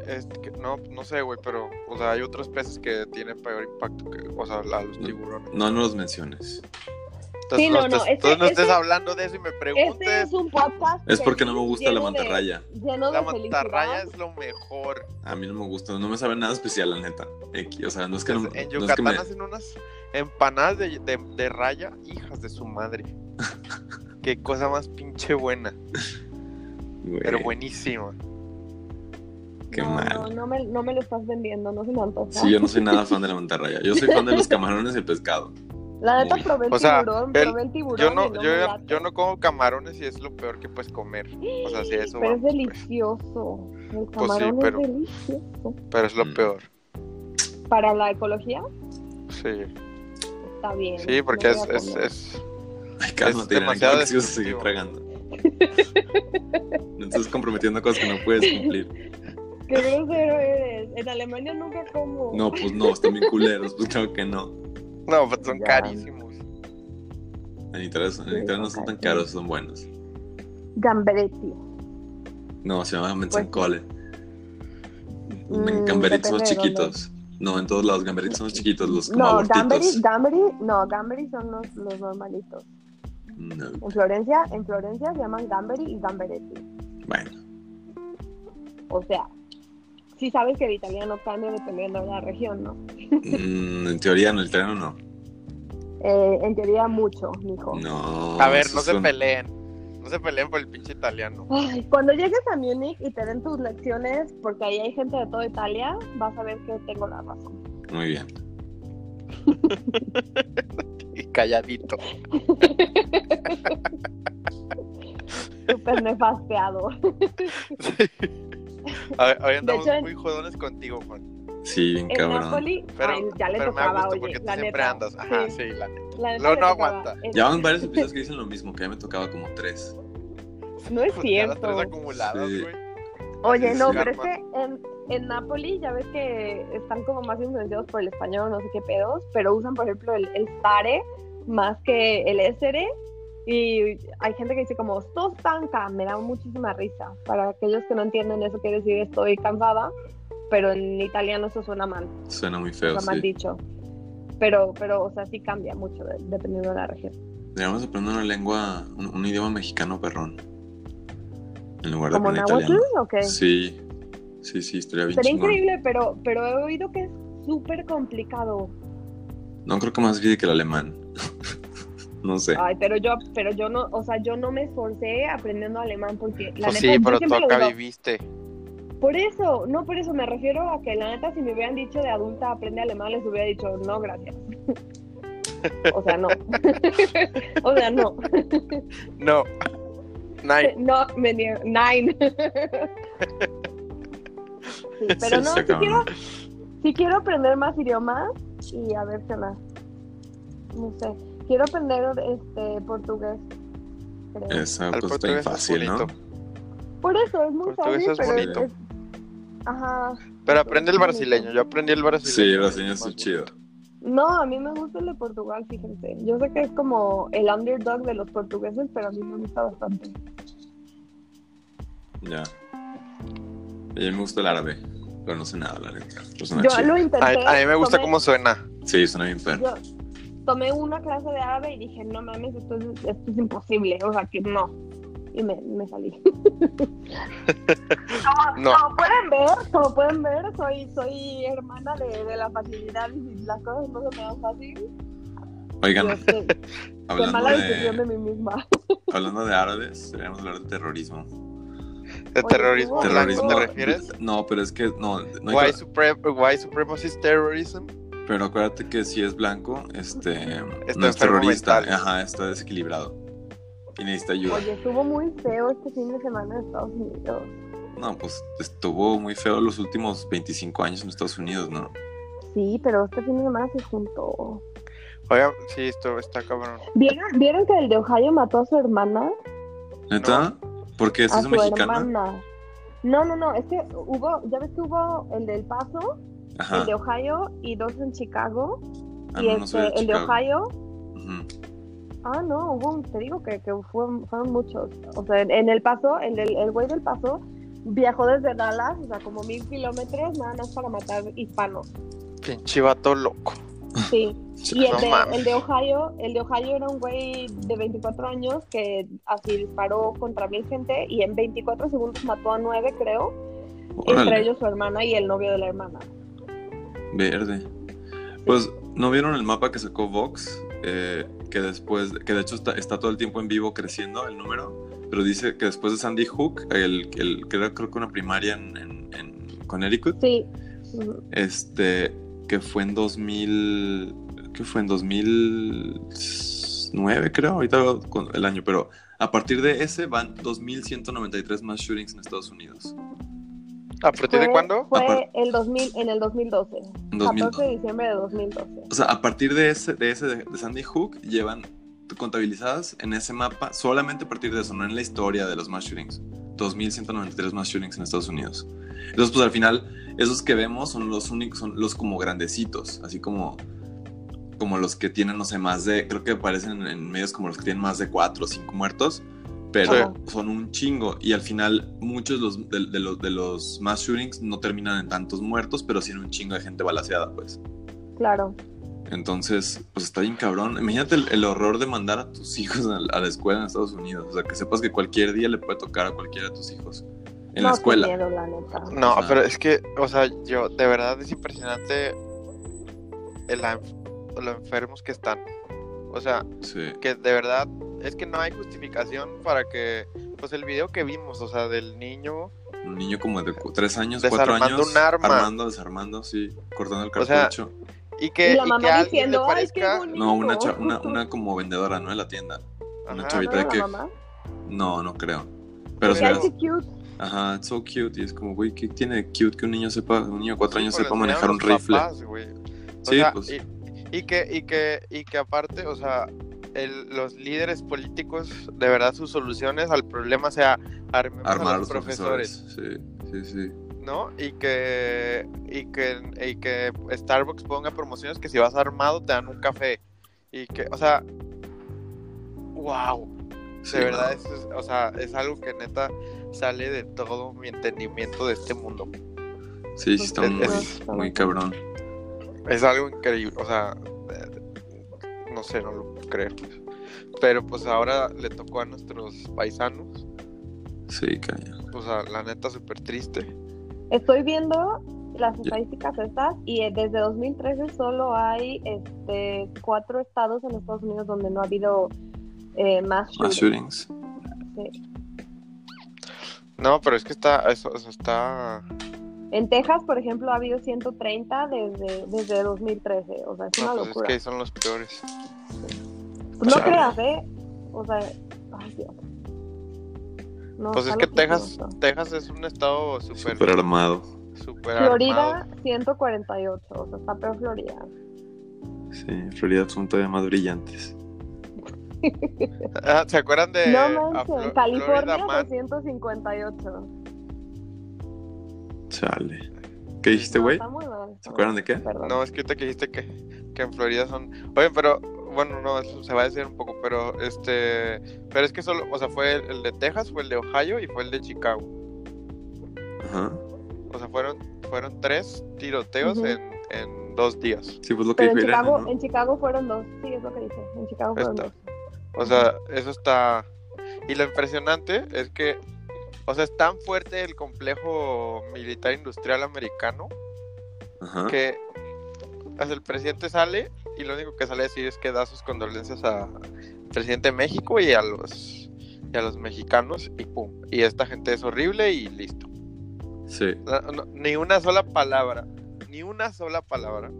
este, que- no, no sé, güey, pero. O sea, hay otros peces que tienen peor impacto que. O sea, la- los tiburones. No, no los menciones. Entonces, Sí, no, no, estés, ese- entonces no estés ese- hablando de eso y me Este preguntes. es un podcast. Es porque no me feliz, gusta la lleno de- mantarraya. Lleno de La mantarraya felicidad. es lo mejor. A mí no me gusta, no me sabe nada especial, la neta. X, O sea, no es que, no, en no es que Yucatán me... hacen unas empanadas de, de- de raya, hijas de [LAUGHS] su madre. Qué cosa más pinche buena, güey, pero buenísima. Qué no, mal. No, no me, no me lo estás vendiendo, no se me antoja. Sí, yo no soy nada fan de la mantarraya. Yo soy fan de los camarones y el pescado. La neta Uy. probé el O sea, tiburón, el- probé el tiburón. Yo y no, me yo, late. yo no como camarones y es lo peor que puedes comer. O sea, sí, eso Pero va, es delicioso. El Pues sí, camarón pero- es delicioso. pero es lo Mm. peor. Para la ecología Sí, está bien. sí porque lo es, voy a es, comer. es- Ay, cálmate, Es Irene, demasiado creo que sí vas a seguir destructivo. tragando. No estás comprometiendo cosas que no puedes cumplir. Qué grosero eres. sabes, en Alemania nunca como. No, pues no, están bien culeros, pues claro que no. No, pues son carísimos. En Italia, son- en Italia no son tan caros, son buenos. Gamberetti. No, se llaman menzancole. Pues Mm, Gamberitos son los depende de dónde. chiquitos. No, en todos lados, gamberitos son los chiquitos, los como No, Gamberi, abortitos. Gamberi, no, Gamberi son los, los normalitos. No, En Florencia, en Florencia se llaman Gamberi y Gamberetti. bueno, O sea, sí sabes que el italiano cambia dependiendo de la región, ¿no? Mm, en teoría, no, el italiano no. Eh, en teoría mucho, mijo. No. A ver, esos no se son- peleen. No se peleen por el pinche italiano. Ay, cuando llegues a Múnich y te den tus lecciones, porque ahí hay gente de toda Italia, vas a ver que tengo la razón. Muy bien. Y [LAUGHS] calladito. [LAUGHS] Súper nefasteado. A ver, hoy andamos hecho, en- muy jodones contigo, Juan. Sí, bien En cabrón. Napoli, Pero, ay, ya le pero me tocaba, gusta oye, porque tú la siempre neta. andas. Ajá, Sí, sí, la neta. la neta No, le no tocaba. aguanta. Es- Ya van varios episodios que dicen lo mismo, que ya me tocaba como tres. No es Pues Ya cierto. las tres acumuladas, Sí. güey. Oye, Sí, no, sí. pero es que en, en Napoli ya ves que están como más influenciados por el español, no sé qué pedos, pero usan, por ejemplo, el, el stare más que el esere. Y hay gente que dice como, estoy tanca, me da muchísima risa. Para aquellos que no entienden eso, quiere decir estoy cansada, pero en italiano eso suena mal, Suena muy feo, está mal sí. dicho. Pero, pero, o sea, sí cambia mucho de- dependiendo de la región. Deberíamos aprender una lengua, un, un idioma mexicano perrón. En lugar de ¿Como aprender náhuatl italiano. o qué? Sí, sí, sí, estaría bien Sería chingón. increíble, pero, pero he oído que es súper complicado. No creo que más difícil que el alemán. [LAUGHS] no sé. Ay, pero yo, pero yo no, o sea, yo no me esforcé aprendiendo alemán porque la neta Pues sí, yo pero siempre lo toca digo, viviste. Por eso, no por eso me refiero a que la neta si me hubieran dicho de adulta aprende alemán les hubiera dicho no gracias. [LAUGHS] o sea, no. [LAUGHS] o sea, no. No. Nine. [LAUGHS] no me niego. Nine. [LAUGHS] [LAUGHS] Sí, pero Sí, no, está si quiero, cabrón. si quiero aprender más idiomas y a ver qué más. No sé. Quiero aprender este portugués. creo. Esa cosa pues, está Al portugués bien es fácil, ¿no? bonito. Por eso es muy Portugués fácil, es pero bonito. es- Ajá. Pero aprende el Bonito. brasileño. Yo aprendí el brasileño. Sí, el brasileño es Más un chido. No, a mí me gusta el de Portugal, fíjense. Yo sé que es como el underdog de los portugueses, pero a mí me gusta bastante. Ya. Y a mí me gusta el árabe, pero no sé nada, la neta. Pero suena Yo chido. lo Ah, A, intenté. a mí me gusta tomé- cómo suena. Sí, suena bien perro. Yo tomé una clase de árabe y dije, no mames, esto es, esto es imposible. O sea, que no. Y me, me salí. No. Como pueden ver, como pueden ver, soy, soy hermana de, de la facilidad y si las cosas no se me dan [LAUGHS] fácil. Oigan, Yo sé, qué [LAUGHS] hablando mala decisión de de, mí [LAUGHS] misma. hablando de árabes, deberíamos hablar de terrorismo. ¿De Oye, terrorismo ¿tú- blanco Terrorismo. te refieres? No, pero es que no, no hay White que- supre- white supremacist terrorism. pero acuérdate que si es blanco, este no es enfermo terrorista, mental. ajá, está desequilibrado y necesita ayuda. Oye, estuvo muy feo este fin de semana en Estados Unidos. No, pues estuvo muy feo los últimos 25 años en Estados Unidos, ¿no? Sí, pero este fin de semana se juntó. Oigan, sí, esto está cabrón. ¿Vieron, ¿Vieron que el de Ohio mató a su hermana? ¿Neta? Porque es a eso su mexicana. hermana. No, no, no, es que hubo, ya ves que hubo el del Paso, Ajá. el de Ohio y dos en Chicago. Ah, y no, no este, sabía el de Chicago. Ohio, Ujú. ah, no, hubo, un- te digo que, que fueron, fueron muchos. O sea, en, en el Paso, el, del- el güey del Paso viajó desde Dallas, o sea, como mil kilómetros, nada más para matar [LAUGHS] hispanos. Pinche vato loco. Sí. Y el, No de, mames. el de Ohio, el de Ohio era un güey de 24 años que así disparó contra mil gente y en 24 segundos mató a nueve, creo, entre Órale, ellos su hermana y el novio de la hermana. verde. Pues, ¿no vieron el mapa que sacó Vox? Eh, que después, que de hecho está, está todo el tiempo en vivo creciendo el número, pero dice que después de Sandy Hook, el, el- que era creo que una primaria en, en, en Connecticut, Sí. este, que fue en 2000, que fue en 2009 creo, ahorita veo con- el año, pero a partir de ese van 2193 más shootings en Estados Unidos. Ah, ¿A partir de Fue- cuándo? Fue Aparte- el 2000, en el 2012, 14 de 2012. diciembre de 2012. O sea, a partir de ese, de ese de, de Sandy Hook, llevan contabilizadas en ese mapa, solamente a partir de eso, no en la historia de los mass shootings. 2.193 mass shootings en Estados Unidos. Entonces, pues al final, Esos que vemos son los únicos, son los como grandecitos, así como, como los que tienen, no sé, más de, creo que aparecen en medios como los que tienen más de cuatro o cinco muertos, pero Ajá. son un chingo. Y al final, muchos los- de, de los, de los mass shootings no terminan en tantos muertos, pero sí en un chingo de gente balaseada, pues. Claro. Entonces, pues está bien cabrón. Imagínate el, el horror de mandar a tus hijos a, la- a la escuela en Estados Unidos. O sea, que sepas que cualquier día le puede tocar a cualquiera de tus hijos. En no, la qué escuela. miedo, la neta. No, Ajá. pero es que, o sea, yo, de verdad es impresionante el, la enf- lo enfermos que están. O sea, Sí. que de verdad es que no hay justificación para que, pues el video que vimos, o sea, del niño, Un niño como de cu- tres años, cuatro Desarmando años. un arma. Armando, desarmando, sí. Cortando el O sea, cartucho. y que, Y la y que mamá a alguien diciendo, le "Ay, qué parezca, bonito". No, una, cha- [LAUGHS] una, una como vendedora, ¿no? En la tienda. una Ajá. ¿No chavita era de la que. mamá? No, no creo. Pero Porque se Que, ay, ve- las- qué cute. Ajá, it's so cute. Y es como, güey, ¿qué tiene de cute que un niño sepa, un niño de cuatro años Sí, pues, sepa le manejar un enseñaron a los rifle? papás, güey. O Sí, sea, pues. y, y que, y, que, y que aparte, o sea, el- los líderes políticos, de verdad, sus soluciones al problema sea armemos Armar a los profesores, profesores. Sí, sí, sí. ¿no? Y que, y, que, y que Starbucks ponga promociones que si vas armado te dan un café. Y que, o sea, wow. Sí, no. De verdad, eso es, o sea, es algo que neta sale de todo mi entendimiento de este mundo. Sí, sí, está Es- muy, es- muy cabrón. Es algo increíble, o sea, eh, no sé, no lo puedo creer. Pero pues ahora le tocó a nuestros paisanos, Sí, caña. o sea, la neta súper triste. Estoy viendo las Ya. estadísticas estas y eh, desde 2013 solo hay este, cuatro estados en Estados Unidos donde no ha habido eh, más Más shootings. shootings. No, pero es que está, eso, eso está, En Texas, por ejemplo, ha habido 130 desde, desde 2013. O sea, es una no, pues es locura. que son los peores. No Chale. creas, ¿eh? O sea, ay, Dios. No, Pues es está que loquísimo Texas, esto. Texas es un estado súper, Súper armado. súper armado. Florida, 148. O sea, está peor Florida. Sí, Florida son todavía más brillantes. Ah, ¿Se acuerdan de no a manches. Flo- California, pues Florida Man? 258. Chale. ¿Qué dijiste, No, güey? está muy mal, ¿Se está acuerdan mal. de qué? Perdón. No, es que ahorita que dijiste que, que en Florida son. Oye, pero. Bueno, no, eso se va a decir un poco, pero este. Pero es que solo. O sea, fue el, el de Texas, fue el de Ohio y fue el de Chicago. Ajá. O sea, fueron, fueron tres tiroteos Ujú. en, en dos días. Sí, pues lo que Pero dijo en Irene, Chicago, ¿no? en Chicago fueron dos. Sí, es lo que dije. En Chicago fueron Está. dos. O sea, eso está. Y lo impresionante es que. O sea, es tan fuerte el complejo militar industrial americano Ajá. que o sea, el presidente sale y lo único que sale a decir es que da sus condolencias a- al presidente de México y a los y a los mexicanos y pum y esta gente es horrible y listo Sí. No- no- ni una sola palabra ni una sola palabra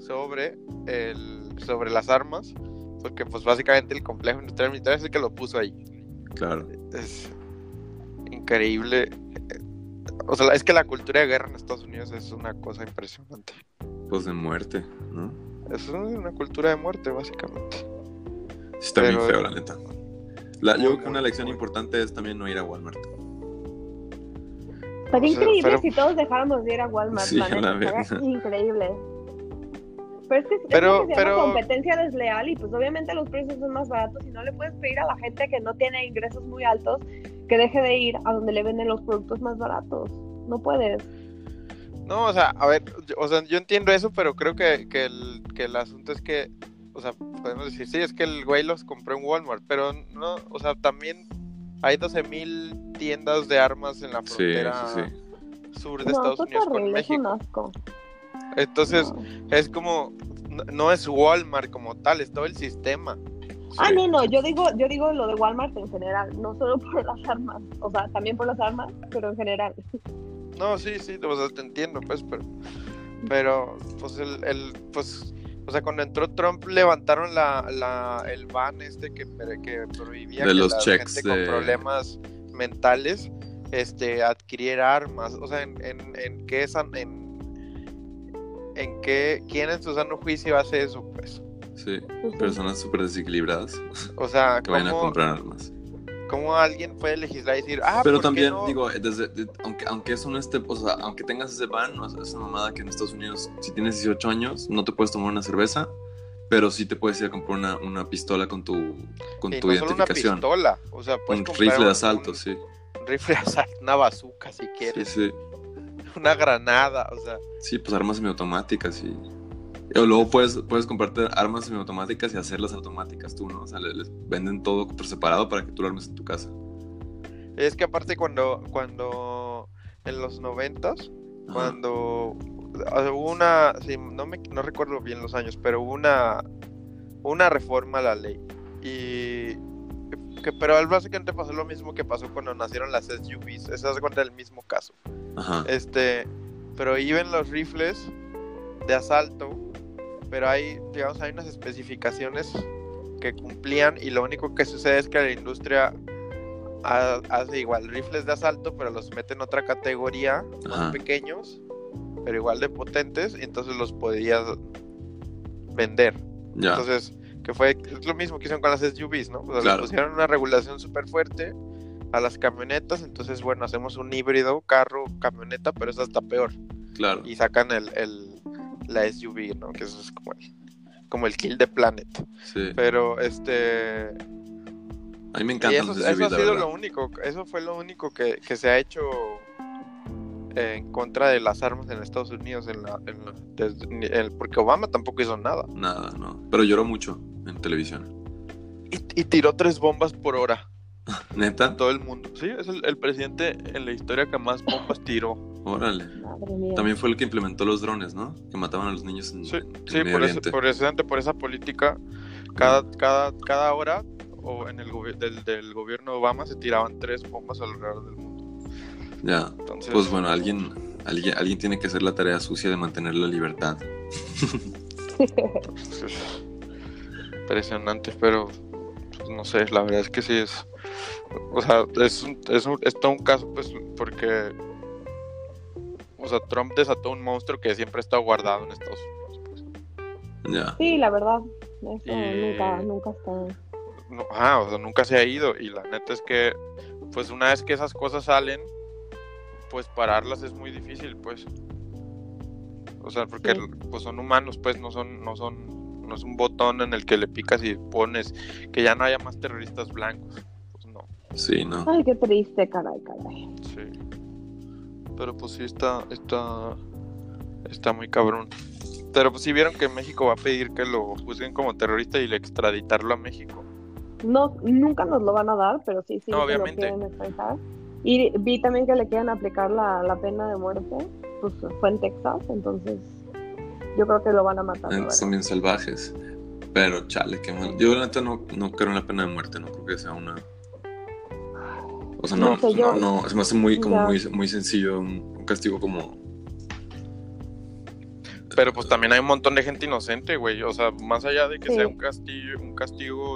sobre el sobre las armas porque pues básicamente el complejo industrial militar es el que lo puso ahí Claro. es increíble o sea es que la cultura de guerra en Estados Unidos es una cosa impresionante Pues de muerte, ¿no? es una cultura de muerte, básicamente. Sí, está Pero- bien feo, la neta. La- Muy, yo creo que muy, una lección muy. importante es también no ir a Walmart. Sería O sea, increíble pero- si todos dejáramos de ir a Walmart. Sí, la a la neta, estaría verga. increíble. Pero es que es lo Pero- que se pero- llama competencia desleal y pues obviamente los precios son más baratos y no le puedes pedir a la gente que no tiene ingresos muy altos que deje de ir a donde le venden los productos más baratos. No puedes. No, o sea, a ver, yo- o sea, yo entiendo eso, pero creo que, que, el, que el asunto es que, o sea, podemos decir, sí, es que el güey los compró en Walmart, pero no, o sea, también hay 12.000 tiendas de armas en la Sí, frontera sí, sí. sur de No, Estados esto es Unidos con horrible, es un México. asco. Entonces, No. es como, no, no es Walmart como tal, es todo el sistema. Ah, Sí. no, no, yo digo, yo digo lo de Walmart en general, no solo [LAUGHS] por las armas, o sea, también por las armas, pero en general. No, sí, sí, o sea, te entiendo, pues, pero, pero pues, el, el, pues, o sea, cuando entró Trump levantaron la, la, el ban este que, que prohibía De que los la checks gente con de- problemas mentales este, adquiriera armas, o sea, en, en, en qué san- en, en qué, quién en su sano juicio hace eso, pues, Sí. Personas súper desequilibradas o sea, que vayan a ¿cómo- comprar armas. ¿Cómo alguien puede legislar y decir, ah, pero ¿por qué también, no? digo, eh, desde, de- aunque, aunque eso no esté, o sea, aunque tengas ese ban, no es esa mamada que en Estados Unidos, si tienes 18 años, no te puedes tomar una cerveza, pero sí te puedes ir a comprar una, una pistola con tu, con Y tu Eh, no solo una identificación. pistola, o sea, puedes un comprar rifle un- de asalto, un- sí. un rifle [LAUGHS] de asalto, una bazooka si Sí, quieres, sí. una granada, o sea, Sí, pues armas semiautomáticas y. O luego puedes, puedes comprarte armas semiautomáticas y hacerlas automáticas tú, ¿no? O sea, le- les, venden todo por separado para que tú lo armes en tu casa. es que aparte cuando, cuando en los noventas, Ajá. cuando o sea, hubo una, sí, no, me, no recuerdo bien los años, pero hubo una, una reforma a la ley. Y que, pero básicamente pasó lo mismo que pasó cuando nacieron las SUVs, eso es cuenta el mismo caso. Ajá. Este, pero iban los rifles de asalto, pero hay, digamos, hay unas especificaciones que cumplían y lo único que sucede es que la industria ha- hace igual rifles de asalto, pero los mete en otra categoría, más Ajá. pequeños, pero igual de potentes, y entonces los podías vender. Ya. Entonces, que fue es lo mismo que hicieron con las SUVs, ¿no? O sea, le Claro. pusieron una regulación súper fuerte a las camionetas, entonces, bueno, hacemos un híbrido, carro, camioneta, pero es hasta peor. claro. Y sacan el, el- la SUV, ¿no? Que eso es como el, como el kill the planet. Sí. Pero, este... A mí me y encantan eso, los eso SUVs, ha la sido verdad. lo único, eso fue lo único que, que se ha hecho eh, en contra de las armas en Estados Unidos, en la, en la- desde- ni- el- porque Obama tampoco hizo nada. Nada, no. Pero lloró mucho en televisión. Y- y tiró tres bombas por hora. ¿Neta? todo el mundo. Sí, es el, el presidente en la historia que más bombas tiró. Mm, Órale. Madre mía. También fue el que implementó los drones, ¿no? Que mataban a los niños en, Sí, en sí Medio por, eso, Oriente. por, ese- por esa política, cada, cada, cada hora o en el gobi- del, del gobierno de Obama se tiraban tres bombas alrededor del mundo. Ya. Entonces, Pues bueno, alguien, alguien, alguien tiene que hacer la tarea sucia de mantener la libertad. pues, impresionante, pero pues, no sé, la verdad es que sí es. O sea, es, un- es, un- es todo un caso, pues, porque. O sea, Trump desató un monstruo que siempre ha estado guardado en Estados Unidos. pues. Ya. [LAUGHS] Sí, la verdad. Eso Eh, nunca, nunca está. no, ajá, o sea, nunca se ha ido. Y la neta es que, pues una vez que esas cosas salen, pues pararlas es muy difícil, pues. O sea, porque Sí. pues son humanos, pues no son, no son, no es un botón en el que le picas y pones que ya no haya más terroristas blancos. Pues no, Sí, no. Ay, qué triste, caray, caray. sí. Pero pues sí está, está, está muy cabrón. Pero pues sí vieron que México va a pedir que lo juzguen como terrorista y le extraditarlo a México. No, nunca nos lo van a dar, pero sí, sí, No, se obviamente. lo quieren expresar. Y vi también que le quieren aplicar la, la pena de muerte. Pues fue en Texas, entonces yo creo que lo van a matar. Eh, ¿verdad? Son bien salvajes. Pero chale, qué mal. Yo la neta no, no creo en la pena de muerte, no creo que sea una. O sea, no, No sé, yo- no, no, se me hace muy, como Ya. muy, muy sencillo, un, un castigo como. Pero pues también hay un montón de gente inocente, güey. O sea, más allá de que Sí. sea un castigo, un castigo,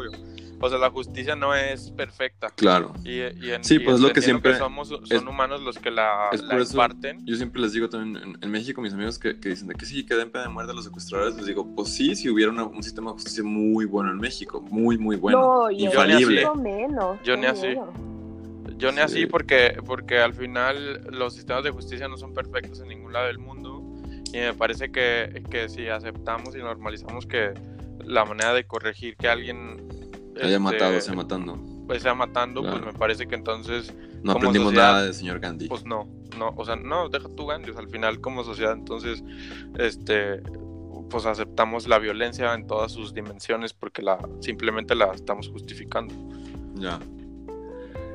o sea, la justicia no es perfecta. Claro. Y, y en- Sí, y pues, lo que entendiendo siempre- somos, son es- humanos los que la, es la por eso- imparten. Yo siempre les digo también en, en México, mis amigos que, que dicen de que sí, que den pena de muerte a los secuestradores, les digo, pues sí, si hubiera una- un sistema de justicia muy bueno en México, muy, muy bueno, No, y- infalible. Yo menos. Yo qué ni así. miedo. Yo ni Sí. así porque, porque al final los sistemas de justicia no son perfectos en ningún lado del mundo. Y me parece que, que si aceptamos y normalizamos que la manera de corregir que alguien Haya este, matado, sea matando. pues, sea matando, Claro. pues me parece que entonces No como aprendimos sociedad, nada del señor Gandhi. Pues no, no, o sea, no, deja tu Gandhi, o sea, al final como sociedad entonces, este, pues aceptamos la violencia en todas sus dimensiones porque la, simplemente la estamos justificando, ya,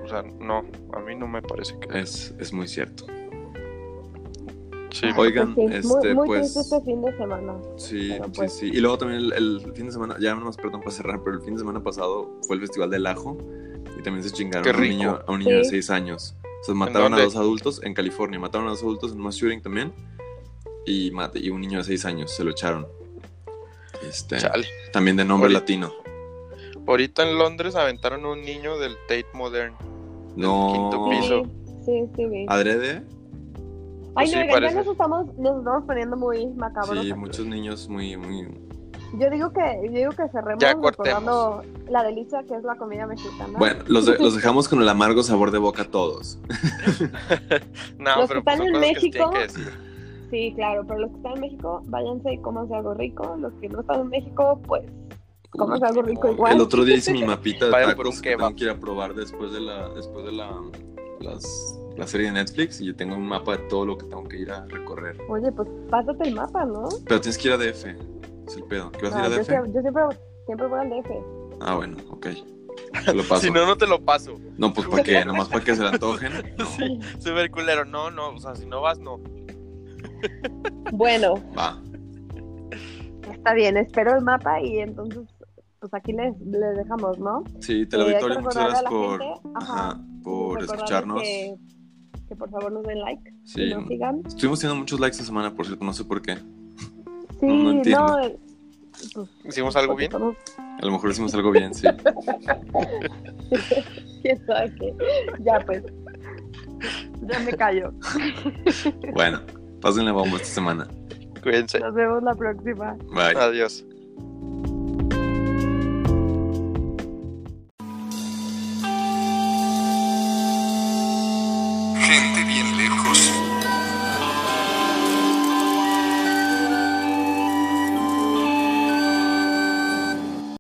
o sea, no, a mí no me parece que... es, es muy cierto. Sí, Oigan, Sí, este, muy, muy pues. triste este fin de semana. Sí, Pero, sí, pues. sí. Y luego también el, el fin de semana, ya nomás, perdón, para cerrar, pero el fin de semana pasado fue el Festival del Ajo y también se chingaron Qué a un rico. niño, a un niño de Sí. 6 años. O sea, mataron a dónde? dos adultos en California, mataron a dos adultos en un mass shooting también y, mat- y un niño de 6 años, se lo echaron. Este, chale. también de nombre Ahorita- latino. Ahorita en Londres aventaron a un niño del Tate Modern. No, quinto piso. Sí, sí, vi. adrede. Ay, pues sí, no, oigan, parece. ya nos estamos, nos estamos poniendo muy macabros. Sí, aquí. muchos niños muy, muy, Yo digo que, yo digo que cerremos Ya recordando la delicia que es la comida mexicana. Bueno, los, de- los dejamos con el amargo sabor de boca a todos. No, Los que pero pues, están en son cosas que se tienen México. que decir. Sí, claro, pero los que están en México, váyanse y cómanse algo rico. Los que no están en México, pues cómanse algo rico igual. El otro día [LAUGHS] hice mi mapita de Vayan por tacos un que tengo kebab. que ir a probar después de la, después de la, las- la serie de Netflix y yo tengo un mapa de todo lo que tengo que ir a recorrer. Oye, pues pásate el mapa, ¿no? Pero tienes que ir a DF. Es el pedo. ¿Qué vas No, a ir a Ah, yo, DF? sie- yo siempre, siempre voy al DF. Ah, bueno, [LAUGHS] ok. Te lo paso. Si no, no te lo paso. No, pues para [LAUGHS] que, nomás para que se le antojen. No, [LAUGHS] Sí, súper culero. No, no, o sea, si no vas, no. Bueno, va. está bien, espero el mapa y entonces, pues aquí les, les dejamos, ¿no? Eh, Sí, hay Televitorio, que muchas recordarle a gracias la por, gente, ajá, ajá, por Recordarles escucharnos. Que, que por favor nos den like, Sí. que nos sigan. Estuvimos teniendo muchos likes esta semana, por cierto, no sé por qué. A Sí, No, no no, entiendo. eh, pues, ¿Hicimos algo porque [LAUGHS] bien? somos- lo mejor hicimos algo [LAUGHS] bien, sí. quién sabe qué. Ya pues. Ya me callo. Bueno, pásenle bomba esta semana. Cuídense. Nos vemos la próxima. Bye. Adiós. Gente bien lejos.